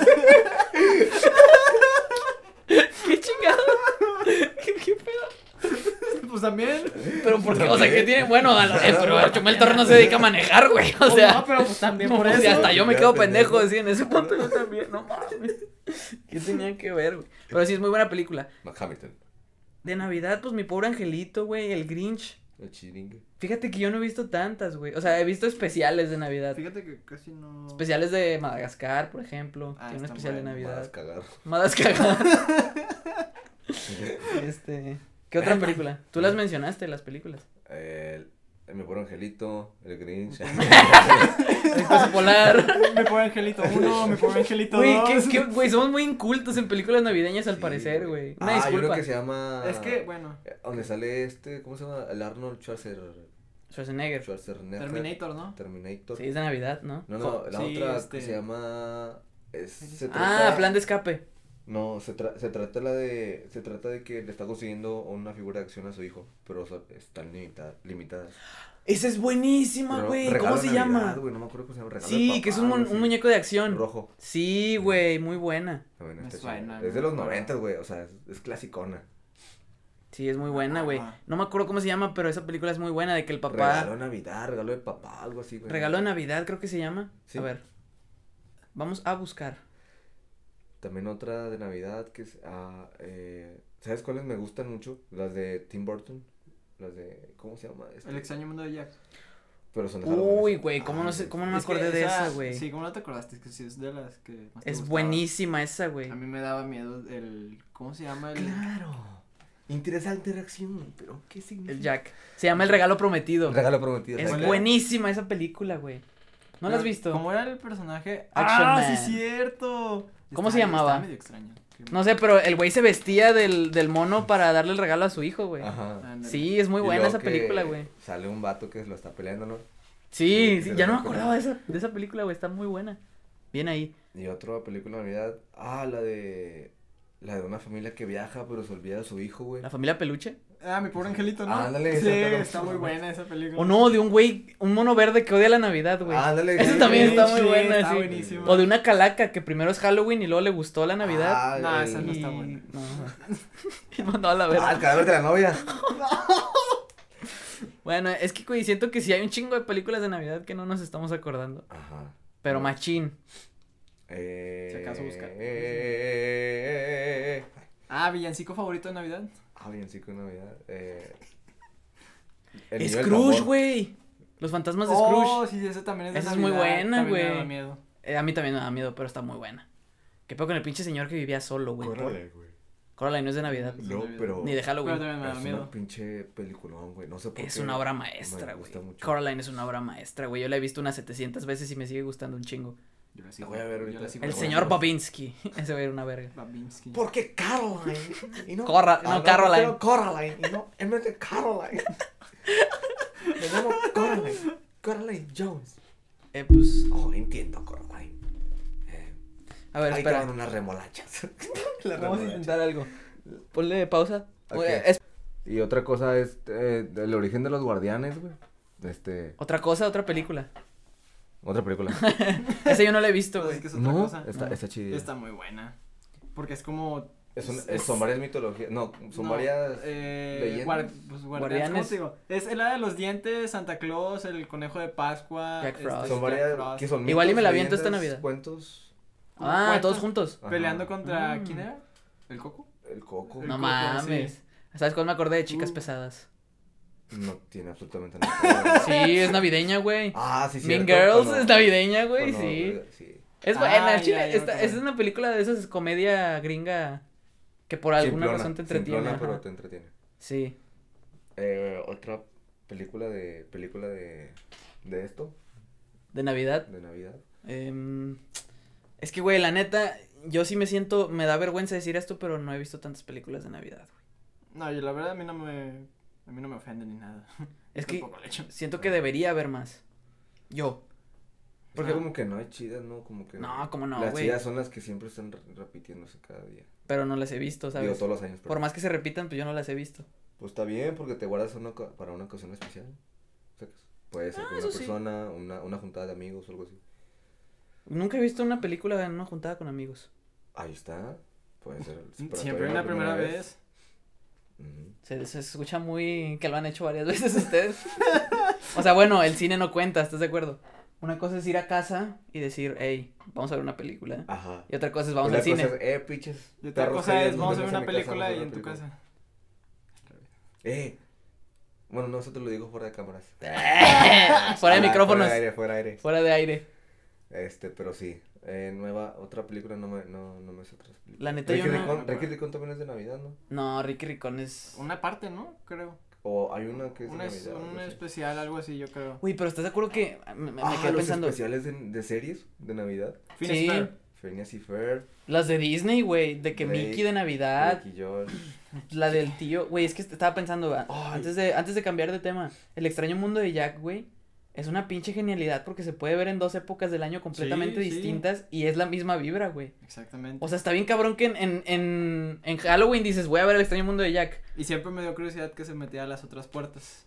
Speaker 2: ¿Qué chingado? (laughs) ¿Qué, qué pedo?
Speaker 3: pues también.
Speaker 2: Pero ¿por qué? (laughs) O sea, ¿qué tiene? Bueno, a la- eh, pero Chumel Torres no se dedica a manejar, güey. O
Speaker 3: Pues
Speaker 2: sea,
Speaker 3: no, pero pues también
Speaker 2: (laughs) no,
Speaker 3: por
Speaker 2: o
Speaker 3: eso.
Speaker 2: sea, hasta yo me quedo
Speaker 4: Queda pendejo.
Speaker 2: pendejo, así, en ese punto yo también. No mames. ¿Qué tenía que ver, güey? Pero sí, es muy buena película.
Speaker 4: No, Hamilton.
Speaker 2: De Navidad, pues mi pobre angelito, güey, el Grinch.
Speaker 4: El chiringue.
Speaker 2: Fíjate que yo no he visto tantas, güey. O sea, he visto especiales de Navidad.
Speaker 3: Fíjate que casi no.
Speaker 2: Especiales de Madagascar, por ejemplo.
Speaker 3: Ah,
Speaker 2: Tiene un
Speaker 3: están
Speaker 2: especial de
Speaker 3: buenos.
Speaker 4: Más
Speaker 2: Navidad.
Speaker 4: cagar.
Speaker 2: Madagascar.
Speaker 4: (laughs)
Speaker 2: (laughs) este. ¿Qué otra película? Tú las mencionaste, las películas.
Speaker 4: El, el mi pobre angelito, el
Speaker 2: (laughs)
Speaker 4: Grinch.
Speaker 2: El
Speaker 4: (laughs)
Speaker 2: Expreso Polar.
Speaker 3: Me pone angelito uno, me pone angelito
Speaker 2: Güey,
Speaker 3: dos.
Speaker 2: ¿qué- qué- güey, somos muy incultos en películas navideñas al
Speaker 4: Sí,
Speaker 2: parecer, güey. Una
Speaker 4: ah, yo creo
Speaker 2: disculpa.
Speaker 4: que se llama.
Speaker 3: Es que, bueno,
Speaker 4: eh, Donde sale este, ¿cómo se llama? El Arnold Schwarzenegger.
Speaker 2: Schwarzenegger.
Speaker 4: Schwarzenegger.
Speaker 3: Terminator, ¿no?
Speaker 4: Terminator.
Speaker 2: Sí, es de Navidad, ¿no?
Speaker 4: No, no,
Speaker 3: Jo-
Speaker 4: la
Speaker 3: sí,
Speaker 4: otra
Speaker 3: este-
Speaker 4: que se llama. es- se
Speaker 2: Ah,
Speaker 4: trata-
Speaker 2: plan de escape.
Speaker 4: No, se, tra- se trata la de. Se trata de que le está consiguiendo una figura de acción a su hijo, pero o sea, están limita- limitadas.
Speaker 2: Esa es buenísima,
Speaker 4: Pero
Speaker 2: Ah, güey.
Speaker 4: regalo
Speaker 2: ¿Cómo
Speaker 4: de
Speaker 2: se
Speaker 4: Navidad,
Speaker 2: llama?
Speaker 4: güey, no me acuerdo cómo se llama. regalo
Speaker 2: Sí,
Speaker 4: de
Speaker 2: que es
Speaker 4: papá,
Speaker 2: un,
Speaker 4: algo
Speaker 2: mon-
Speaker 4: así.
Speaker 2: un muñeco de acción.
Speaker 4: Rojo.
Speaker 2: Sí, güey, muy buena.
Speaker 4: También
Speaker 3: Me
Speaker 4: está
Speaker 3: suena,
Speaker 4: chida. este Es de
Speaker 3: ¿no?
Speaker 4: los noventas, güey. O sea, es, es clasicona.
Speaker 2: Sí,
Speaker 4: Ah,
Speaker 2: es muy buena, güey.
Speaker 3: Ajá.
Speaker 2: No me acuerdo cómo se llama, pero esa película es muy buena de que el papá
Speaker 4: Regalo de Navidad, regalo de papá, algo así, güey.
Speaker 2: Regalo de Navidad, creo que se llama.
Speaker 4: Sí.
Speaker 2: A ver. Vamos a buscar.
Speaker 4: También otra de Navidad que es. ah, eh, ¿Sabes cuáles me gustan mucho? Las de Tim Burton. Las de. ¿Cómo se llama? Este?
Speaker 3: el extraño mundo de Jack.
Speaker 4: Pero son de Halloween.
Speaker 2: Uy, güey, ¿cómo no sé,
Speaker 4: Ah,
Speaker 2: cómo no me
Speaker 3: Es que
Speaker 2: acordé de esa, güey?
Speaker 3: Sí, ¿cómo no te acordaste? Es que sí, es de las que. Más te
Speaker 2: es
Speaker 3: gustaba.
Speaker 2: buenísima esa, güey.
Speaker 3: A mí me daba miedo el. ¿Cómo se llama? El.
Speaker 4: Claro. Interesante reacción, pero ¿qué significa?
Speaker 2: El Jack. Se llama El regalo prometido.
Speaker 4: El regalo prometido.
Speaker 2: Es
Speaker 4: ¿sabes qué?
Speaker 2: buenísima esa película, güey. ¿No la has visto?
Speaker 3: ¿Cómo era el personaje?
Speaker 2: Action
Speaker 3: ¡Ah,
Speaker 2: Man.
Speaker 3: sí, cierto!
Speaker 2: ¿Cómo se
Speaker 3: Estaba-
Speaker 2: llamaba?
Speaker 3: estaba medio extraño.
Speaker 2: No sé, pero el güey se vestía del, del mono para darle el regalo a su hijo, güey.
Speaker 4: Ajá.
Speaker 3: Ándale.
Speaker 2: Sí, es muy
Speaker 4: Y
Speaker 2: buena
Speaker 4: luego
Speaker 2: esa
Speaker 4: que
Speaker 2: película, güey.
Speaker 4: Sale un vato que lo está peleando, ¿no?
Speaker 2: Sí,
Speaker 4: que
Speaker 2: sí,
Speaker 4: se
Speaker 2: ya
Speaker 4: lo
Speaker 2: no me
Speaker 4: recuerda.
Speaker 2: acordaba de esa, de esa película, güey. Está muy buena. Bien ahí.
Speaker 4: Y otra película de Navidad. Ah, la de. La de una familia que viaja, pero se olvida de su hijo, güey.
Speaker 2: La familia peluche.
Speaker 3: Ah, mi pobre angelito, ¿no?
Speaker 4: Ándale,
Speaker 3: Sí,
Speaker 4: esa está-
Speaker 3: está muy buena esa película.
Speaker 2: O no, de un güey, un mono verde que odia la Navidad, güey.
Speaker 4: Ándale,
Speaker 2: Eso
Speaker 4: güey.
Speaker 2: también está
Speaker 4: (laughs)
Speaker 2: muy
Speaker 3: Sí,
Speaker 2: buena,
Speaker 3: está
Speaker 2: sí.
Speaker 3: buenísima.
Speaker 2: O de una calaca que primero es Halloween y luego le gustó la Navidad.
Speaker 4: Ah,
Speaker 3: No,
Speaker 4: el-
Speaker 3: esa
Speaker 2: y...
Speaker 3: no está buena.
Speaker 2: No, (laughs) no. Y mandó a la verga.
Speaker 4: Ah, el cadáver de la novia.
Speaker 2: Bueno, es que güey, siento que sí hay un chingo de películas de Navidad que no nos estamos acordando.
Speaker 4: Ajá.
Speaker 2: Pero
Speaker 4: No.
Speaker 2: machín.
Speaker 4: Eh,
Speaker 3: Si acaso busca.
Speaker 4: eh, eh, eh, eh.
Speaker 3: Ah, villancico favorito de Navidad.
Speaker 4: Ah, bien, sí, con Navidad. Eh, el niño del
Speaker 2: Scrooge,
Speaker 4: tambor.
Speaker 2: güey. Los fantasmas de
Speaker 3: Oh,
Speaker 2: Scrooge.
Speaker 3: sí, esa también es de
Speaker 2: Esa es
Speaker 3: Navidad.
Speaker 2: muy buena,
Speaker 3: también me
Speaker 2: güey.
Speaker 3: da miedo.
Speaker 2: Eh, a mí también me da miedo, pero está muy buena. ¿Qué pedo con el pinche señor que vivía solo, güey?
Speaker 4: Córrele, güey.
Speaker 2: Coraline no es de Navidad.
Speaker 3: Sí,
Speaker 4: No,
Speaker 3: Navidad.
Speaker 4: pero.
Speaker 2: Ni de
Speaker 3: Pero
Speaker 2: Halloween.
Speaker 3: también me da
Speaker 4: Es una
Speaker 3: miedo.
Speaker 4: pinche peliculón, güey. No sé por
Speaker 2: Es
Speaker 4: qué.
Speaker 2: una obra maestra, güey.
Speaker 4: gusta mucho.
Speaker 2: Coraline es una obra maestra, güey. Yo la he visto unas 700 veces y me sigue gustando un chingo.
Speaker 3: Yo la
Speaker 4: La voy a ver ahorita.
Speaker 2: El
Speaker 4: Pero
Speaker 2: señor
Speaker 4: bueno.
Speaker 2: Babinski. (laughs) Ese güey era una verga.
Speaker 3: Babinski.
Speaker 4: Porque Caroline. Y no,
Speaker 2: Corra- no,
Speaker 4: Ah,
Speaker 2: Caroline.
Speaker 4: prefiero Coraline. Y no, en vez de Caroline. Me llamo Coraline. Coraline Jones.
Speaker 2: Eh, pues.
Speaker 4: Oh, entiendo, Coraline. Eh,
Speaker 2: A ver,
Speaker 4: ahí te van
Speaker 2: espera.
Speaker 4: unas remolachas. (laughs) Las
Speaker 2: Vamos a
Speaker 4: remolachas.
Speaker 2: intentar algo. Ponle pausa.
Speaker 4: Ok.
Speaker 2: Oye, es-
Speaker 4: Y otra cosa es eh, el origen de los guardianes, güey. Este,
Speaker 2: Otra cosa, otra película.
Speaker 4: otra película.
Speaker 2: Esa yo no la he visto,
Speaker 3: Pues
Speaker 2: güey.
Speaker 3: (laughs) es que (laughs) es otra
Speaker 4: no,
Speaker 3: cosa.
Speaker 4: está,
Speaker 2: No.
Speaker 4: está chida.
Speaker 3: Está muy buena. Porque es como.
Speaker 4: Es un- es- son varias mitologías. No, son
Speaker 3: no,
Speaker 4: varias.
Speaker 3: Eh,
Speaker 4: leyendas.
Speaker 3: guar- pues, guardianes. ¿cómo
Speaker 2: Guardianes.
Speaker 3: te digo? Es el hada de los dientes, Santa Claus, el conejo de Pascua.
Speaker 2: Jack
Speaker 3: este,
Speaker 2: Frost.
Speaker 4: Son
Speaker 3: Jack
Speaker 4: varias.
Speaker 3: Frost.
Speaker 4: que son
Speaker 2: Igual y
Speaker 4: mitos,
Speaker 2: me la aviento esta
Speaker 4: leyendas,
Speaker 2: Navidad.
Speaker 4: Cuentos.
Speaker 2: Ah,
Speaker 3: ¿Cuántos?
Speaker 2: todos juntos.
Speaker 4: Ajá.
Speaker 3: Peleando contra.
Speaker 2: Mm.
Speaker 3: ¿Quién era? ¿El coco?
Speaker 4: El coco.
Speaker 3: El
Speaker 2: No
Speaker 3: coco,
Speaker 2: mames. ¿Sabes cuál me acordé de chicas
Speaker 3: Uh.
Speaker 2: pesadas?
Speaker 4: No tiene absolutamente nada. que ver.
Speaker 2: (laughs) Sí, es navideña, güey.
Speaker 4: Ah, sí, sí.
Speaker 2: mean Girls es navideña, güey, sí.
Speaker 4: sí.
Speaker 2: Es
Speaker 3: Ah,
Speaker 2: buena,
Speaker 3: ya,
Speaker 2: chile.
Speaker 3: ya me
Speaker 2: esta-
Speaker 3: acordé.
Speaker 2: esa es una película de esas comedia gringa que por alguna
Speaker 4: Simplona,
Speaker 2: razón te entretiene.
Speaker 4: simplona,
Speaker 2: ajá.
Speaker 4: pero te entretiene.
Speaker 2: Sí.
Speaker 4: Eh, otra película de, película de, de esto,
Speaker 2: de Navidad.
Speaker 4: de Navidad.
Speaker 2: Em, es que, güey, la neta, yo sí me siento, me da vergüenza decir esto, pero no he visto tantas películas de Navidad, güey.
Speaker 3: No, yo la verdad a mí no me, a mí no me ofende ni nada.
Speaker 2: Es
Speaker 3: Yo
Speaker 2: que-
Speaker 3: tampoco lo he hecho.
Speaker 2: Siento que debería haber más. Yo.
Speaker 4: Porque
Speaker 2: Porque-
Speaker 4: como que no hay chidas, ¿no? Como que...
Speaker 2: No, cómo no,
Speaker 4: Las
Speaker 2: güey.
Speaker 4: chidas son las que siempre están re- repitiéndose cada día.
Speaker 2: Pero no las he visto, ¿sabes?
Speaker 4: Digo, todos los años.
Speaker 2: Por
Speaker 4: pero-
Speaker 2: más que se repitan, pues yo no las he visto.
Speaker 4: Pues está bien, porque te guardas una oca- para una ocasión especial. ¿Sacas? Puede ser
Speaker 2: Ah,
Speaker 4: con una
Speaker 2: eso sí.
Speaker 4: persona, una, una juntada de amigos o algo así.
Speaker 2: Nunca he visto una película en una juntada con amigos.
Speaker 4: Ahí está. Puede ser. para
Speaker 3: Mm, Siempre
Speaker 4: todavía
Speaker 3: una primera vez.
Speaker 4: Ujú.
Speaker 2: Se, se escucha muy que lo han hecho varias (laughs) veces ustedes. o sea, bueno, el cine no cuenta, ¿estás de acuerdo? Una cosa es ir a casa y decir, hey, vamos a ver una película.
Speaker 4: Ajá.
Speaker 2: Y otra cosa es vamos
Speaker 4: Una
Speaker 2: al
Speaker 4: cosa
Speaker 2: cine.
Speaker 4: es, eh, pinches.
Speaker 3: Y otra
Speaker 4: perros
Speaker 3: cosa
Speaker 4: serios,
Speaker 3: es,
Speaker 4: nos
Speaker 3: vamos a
Speaker 4: vemos
Speaker 3: ver una
Speaker 4: en mi casa,
Speaker 3: película
Speaker 4: vamos a
Speaker 3: y
Speaker 4: ver
Speaker 3: en tu
Speaker 4: una
Speaker 3: casa.
Speaker 4: Eh. Bueno, no, eso te lo digo fuera de cámaras.
Speaker 2: (laughs) fuera de
Speaker 4: Ah, Fuera
Speaker 2: micrófonos,
Speaker 4: de aire, fuera de aire.
Speaker 2: fuera de aire.
Speaker 4: Este, pero sí. Eh, nueva, otra película, no me, no, no me sé otras películas.
Speaker 2: La neta
Speaker 4: Ricky
Speaker 2: yo no...
Speaker 4: Ricón, Ricky Ricón también es de Navidad, ¿no?
Speaker 2: No, Ricky Ricón es...
Speaker 3: Una parte, ¿no? Creo.
Speaker 4: O hay una que es
Speaker 3: Un,
Speaker 4: de
Speaker 3: es-
Speaker 4: Navidad.
Speaker 3: un
Speaker 4: no sé.
Speaker 3: especial, algo así, yo creo.
Speaker 2: Uy, pero ¿estás de acuerdo que me, me
Speaker 4: Ah,
Speaker 2: quedé
Speaker 4: los
Speaker 2: pensando?
Speaker 4: especiales de, de series de Navidad.
Speaker 3: Phineas
Speaker 2: Sí.
Speaker 3: Ferb.
Speaker 4: Phineas y Ferb,
Speaker 2: Las de Disney, güey, de que
Speaker 4: Drake,
Speaker 2: Mickey de Navidad,
Speaker 4: Drake y George.
Speaker 2: la del tío, güey, es que estaba pensando, va,
Speaker 4: Ay.
Speaker 2: antes de antes de cambiar de tema, El extraño mundo de Jack, güey, es una pinche genialidad porque se puede ver en dos épocas del año completamente
Speaker 3: Sí, sí.
Speaker 2: distintas y es la misma vibra, güey.
Speaker 3: Exactamente.
Speaker 2: O sea, está bien cabrón que en, en, en, en Halloween dices, voy a ver El extraño mundo de Jack.
Speaker 3: Y siempre me dio curiosidad que se metía a las otras puertas.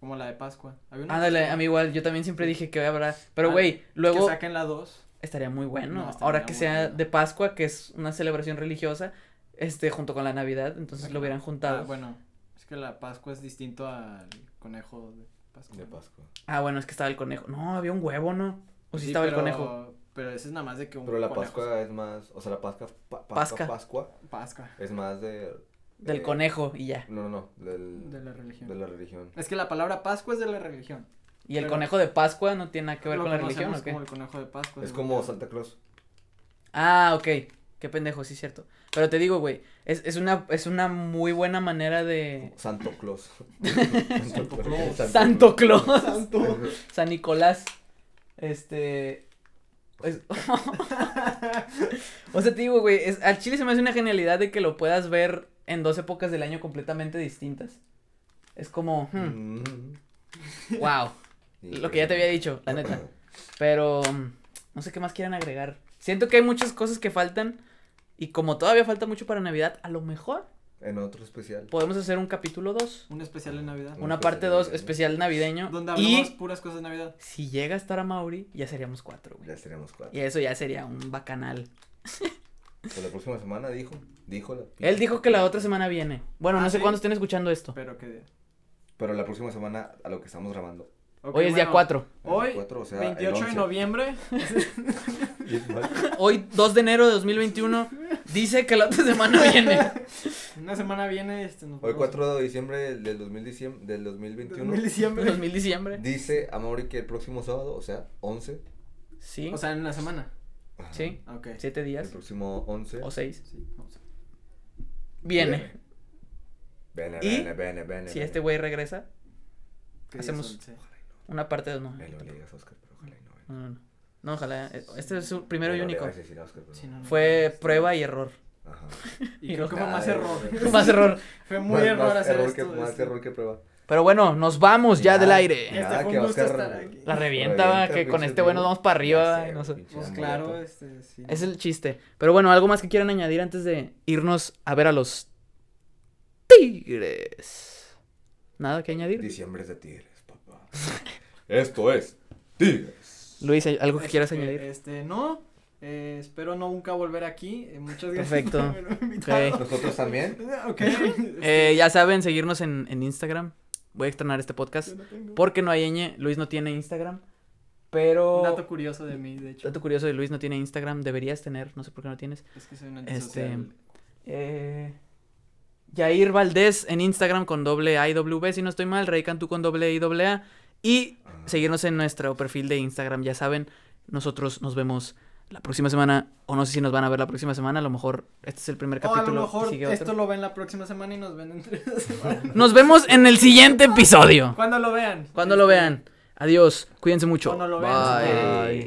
Speaker 3: Como la de Pascua. Había una
Speaker 2: Ándale,
Speaker 3: Pascua
Speaker 2: a mí igual, yo también siempre dije que habrá, pero
Speaker 3: Ah,
Speaker 2: güey,
Speaker 3: Que
Speaker 2: luego
Speaker 3: saquen la Ah, 2.
Speaker 2: estaría muy bueno,
Speaker 3: No, estaría
Speaker 2: ahora que
Speaker 3: muy
Speaker 2: sea
Speaker 3: bueno.
Speaker 2: de Pascua, que es una celebración religiosa, este, junto con la Navidad, entonces lo hubieran juntado.
Speaker 3: Ah, bueno, es que la Pascua es distinto al conejo de Pascua.
Speaker 4: De Pascua.
Speaker 2: Ah, bueno, es que estaba el conejo. No, había un huevo, ¿no? O sí,
Speaker 3: Sí,
Speaker 2: estaba
Speaker 3: pero-
Speaker 2: el conejo.
Speaker 3: Pero ese es nada más de que un
Speaker 4: Pero la
Speaker 3: conejo-
Speaker 4: Pascua es más. O sea, la Pascua. pa-
Speaker 2: Pasca.
Speaker 4: Pascua. Pascua
Speaker 3: Pascua.
Speaker 4: es más de.
Speaker 2: Del
Speaker 4: eh,
Speaker 2: conejo Ah, y ya.
Speaker 4: No, no, no. Del,
Speaker 3: De la religión.
Speaker 4: de la religión.
Speaker 3: Es que la palabra Pascua es de la religión.
Speaker 2: Y el
Speaker 3: pero-
Speaker 2: conejo de Pascua no tiene nada que ver
Speaker 3: Lo
Speaker 2: con la religión,
Speaker 3: conocemos
Speaker 2: ¿o qué?
Speaker 3: como el conejo de Pascua.
Speaker 2: pues
Speaker 4: Es
Speaker 3: según
Speaker 4: como
Speaker 3: yo.
Speaker 4: Santa Claus.
Speaker 2: Ah, ok. Qué pendejo, sí, cierto. Pero te digo, güey, es, es, una, es una muy buena manera de...
Speaker 4: Santo
Speaker 2: (laughs)
Speaker 4: Claus.
Speaker 3: Santo Claus.
Speaker 2: Santo Claus.
Speaker 4: Santo.
Speaker 2: San Nicolás. Este... es- (laughs) o sea, te digo, güey, es- al chile se me hace una genialidad de que lo puedas ver en dos épocas del año completamente distintas. Es como... hmm,
Speaker 4: Mm.
Speaker 2: wow. Lo que ya te había dicho, la neta. Pero mm, no sé qué más quieran agregar. Siento que hay muchas cosas que faltan. Y como todavía falta mucho para Navidad, a lo mejor
Speaker 4: En otro especial.
Speaker 2: podemos hacer un capítulo 2.
Speaker 3: Un especial de Navidad.
Speaker 4: Un
Speaker 2: Una
Speaker 4: especial
Speaker 2: parte 2
Speaker 4: navideño.
Speaker 2: especial navideño.
Speaker 3: Donde hablamos
Speaker 2: Y
Speaker 3: puras cosas de Navidad.
Speaker 2: si llega a estar a Mauri, ya seríamos cuatro, güey.
Speaker 4: Ya tenemos cuatro.
Speaker 2: Y eso ya sería un bacanal.
Speaker 4: Pues la próxima semana dijo. Dijo la.
Speaker 2: Él dijo que la otra semana viene. Bueno,
Speaker 3: Ah,
Speaker 2: no sé
Speaker 3: sí.
Speaker 2: cuándo estén escuchando esto.
Speaker 3: Pero que.
Speaker 4: Pero la próxima semana a lo que estamos grabando.
Speaker 3: Ok,
Speaker 2: Hoy es día
Speaker 3: bueno,
Speaker 2: 4.
Speaker 3: Hoy,
Speaker 4: El cuatro, o sea, el
Speaker 3: 28 de
Speaker 4: 11.
Speaker 3: noviembre. (laughs)
Speaker 2: Hoy, 2 de enero de 2021, dice que la otra semana viene.
Speaker 3: Una semana viene. Este, nos
Speaker 4: Hoy
Speaker 3: vamos-
Speaker 4: 4 de diciembre del 2010 del 2021.
Speaker 3: 2000 diciembre.
Speaker 2: 2000 diciembre.
Speaker 4: Dice a Mauri que el próximo sábado, o sea, 11.
Speaker 2: Sí,
Speaker 3: O sea, en la semana. Ah,
Speaker 4: ajá,
Speaker 2: sí.
Speaker 3: Ok.
Speaker 2: Siete
Speaker 4: El
Speaker 2: días
Speaker 4: próximo 11.
Speaker 2: o seis.
Speaker 3: Sí, vamos a-
Speaker 2: Viene.
Speaker 4: Bene,
Speaker 2: Y
Speaker 4: bene, bene, bene,
Speaker 2: Si
Speaker 4: bene.
Speaker 2: este güey regresa,
Speaker 3: ¿Qué día
Speaker 2: Hacemos-
Speaker 3: es once?
Speaker 2: una parte de no.
Speaker 4: Me lo obligas, Oscar, pero ojalá y no.
Speaker 2: No, no, no. No, ojalá. eh, Este es su primero
Speaker 4: Me
Speaker 2: y
Speaker 4: lo
Speaker 2: único.
Speaker 4: obligas a decir a Oscar, pero
Speaker 3: Sí,
Speaker 4: no.
Speaker 3: no, no.
Speaker 2: Fue prueba y error. (laughs)
Speaker 4: Ajá.
Speaker 2: y
Speaker 3: Y, creo
Speaker 2: no-
Speaker 3: que fue
Speaker 4: Nada,
Speaker 3: más
Speaker 4: eh,
Speaker 3: error.
Speaker 2: (laughs)
Speaker 3: (laughs)
Speaker 4: eh,
Speaker 2: Más error.
Speaker 3: Fue muy
Speaker 4: Más-
Speaker 3: error
Speaker 4: más
Speaker 3: hacer
Speaker 4: error
Speaker 3: esto.
Speaker 4: Que, más
Speaker 3: este.
Speaker 4: error que prueba.
Speaker 2: Pero bueno, nos vamos ya del
Speaker 4: Ya.
Speaker 2: aire.
Speaker 3: Este, fue un gusto estar aquí.
Speaker 2: La revienta, va, que con
Speaker 4: pinche
Speaker 2: este güey nos
Speaker 4: tío.
Speaker 2: vamos para arriba,
Speaker 4: Ya
Speaker 2: va,
Speaker 4: sé,
Speaker 2: y no sé.
Speaker 4: pinche
Speaker 3: Pues
Speaker 4: amuleto.
Speaker 3: claro, este, sí.
Speaker 2: Es el chiste. Pero bueno, algo más que quieran añadir antes de irnos a ver a los Tigres. ¿Nada que añadir?
Speaker 4: Diciembre es de tigres, papá.
Speaker 1: Esto es Tigres.
Speaker 2: Luis, ¿hay ¿algo que
Speaker 3: Este,
Speaker 2: quieras añadir?
Speaker 3: Este, no. eh, espero no nunca volver aquí. eh, muchas gracias
Speaker 2: Perfecto.
Speaker 3: por haberme invitado.
Speaker 4: Nosotros también.
Speaker 3: (laughs)
Speaker 2: (laughs)
Speaker 3: Ok.
Speaker 2: Eh, ya saben, seguirnos en, en Instagram. Voy a externar este podcast.
Speaker 3: Yo no tengo-
Speaker 2: Porque no hay ñ, Luis no tiene Instagram. Pero.
Speaker 3: Un dato curioso de mí, de hecho.
Speaker 2: Dato curioso de Luis no tiene Instagram, deberías tener, no sé por qué no tienes.
Speaker 3: Es que soy un
Speaker 2: Este,
Speaker 3: antisocial.
Speaker 2: Eh, Yair Valdés en Instagram con doble A y W, si no estoy mal, Rey Cantú con doble I y doble A. Y
Speaker 4: Ajá.
Speaker 2: seguirnos en nuestro perfil de Instagram, ya saben, nosotros nos vemos la próxima semana, o no sé si nos van a ver la próxima semana, a lo mejor este es el primer
Speaker 3: O a
Speaker 2: capítulo.
Speaker 3: lo
Speaker 2: y
Speaker 3: mejor
Speaker 2: sigue otro.
Speaker 3: esto lo ven la próxima semana y nos ven entre dos semanas.
Speaker 2: Nos vemos en el siguiente episodio.
Speaker 3: Cuando lo vean.
Speaker 2: Cuando lo
Speaker 3: Este,
Speaker 2: vean. Adiós. Cuídense mucho.
Speaker 3: Cuando lo vean,
Speaker 2: Bye.
Speaker 3: sí.
Speaker 2: Bye.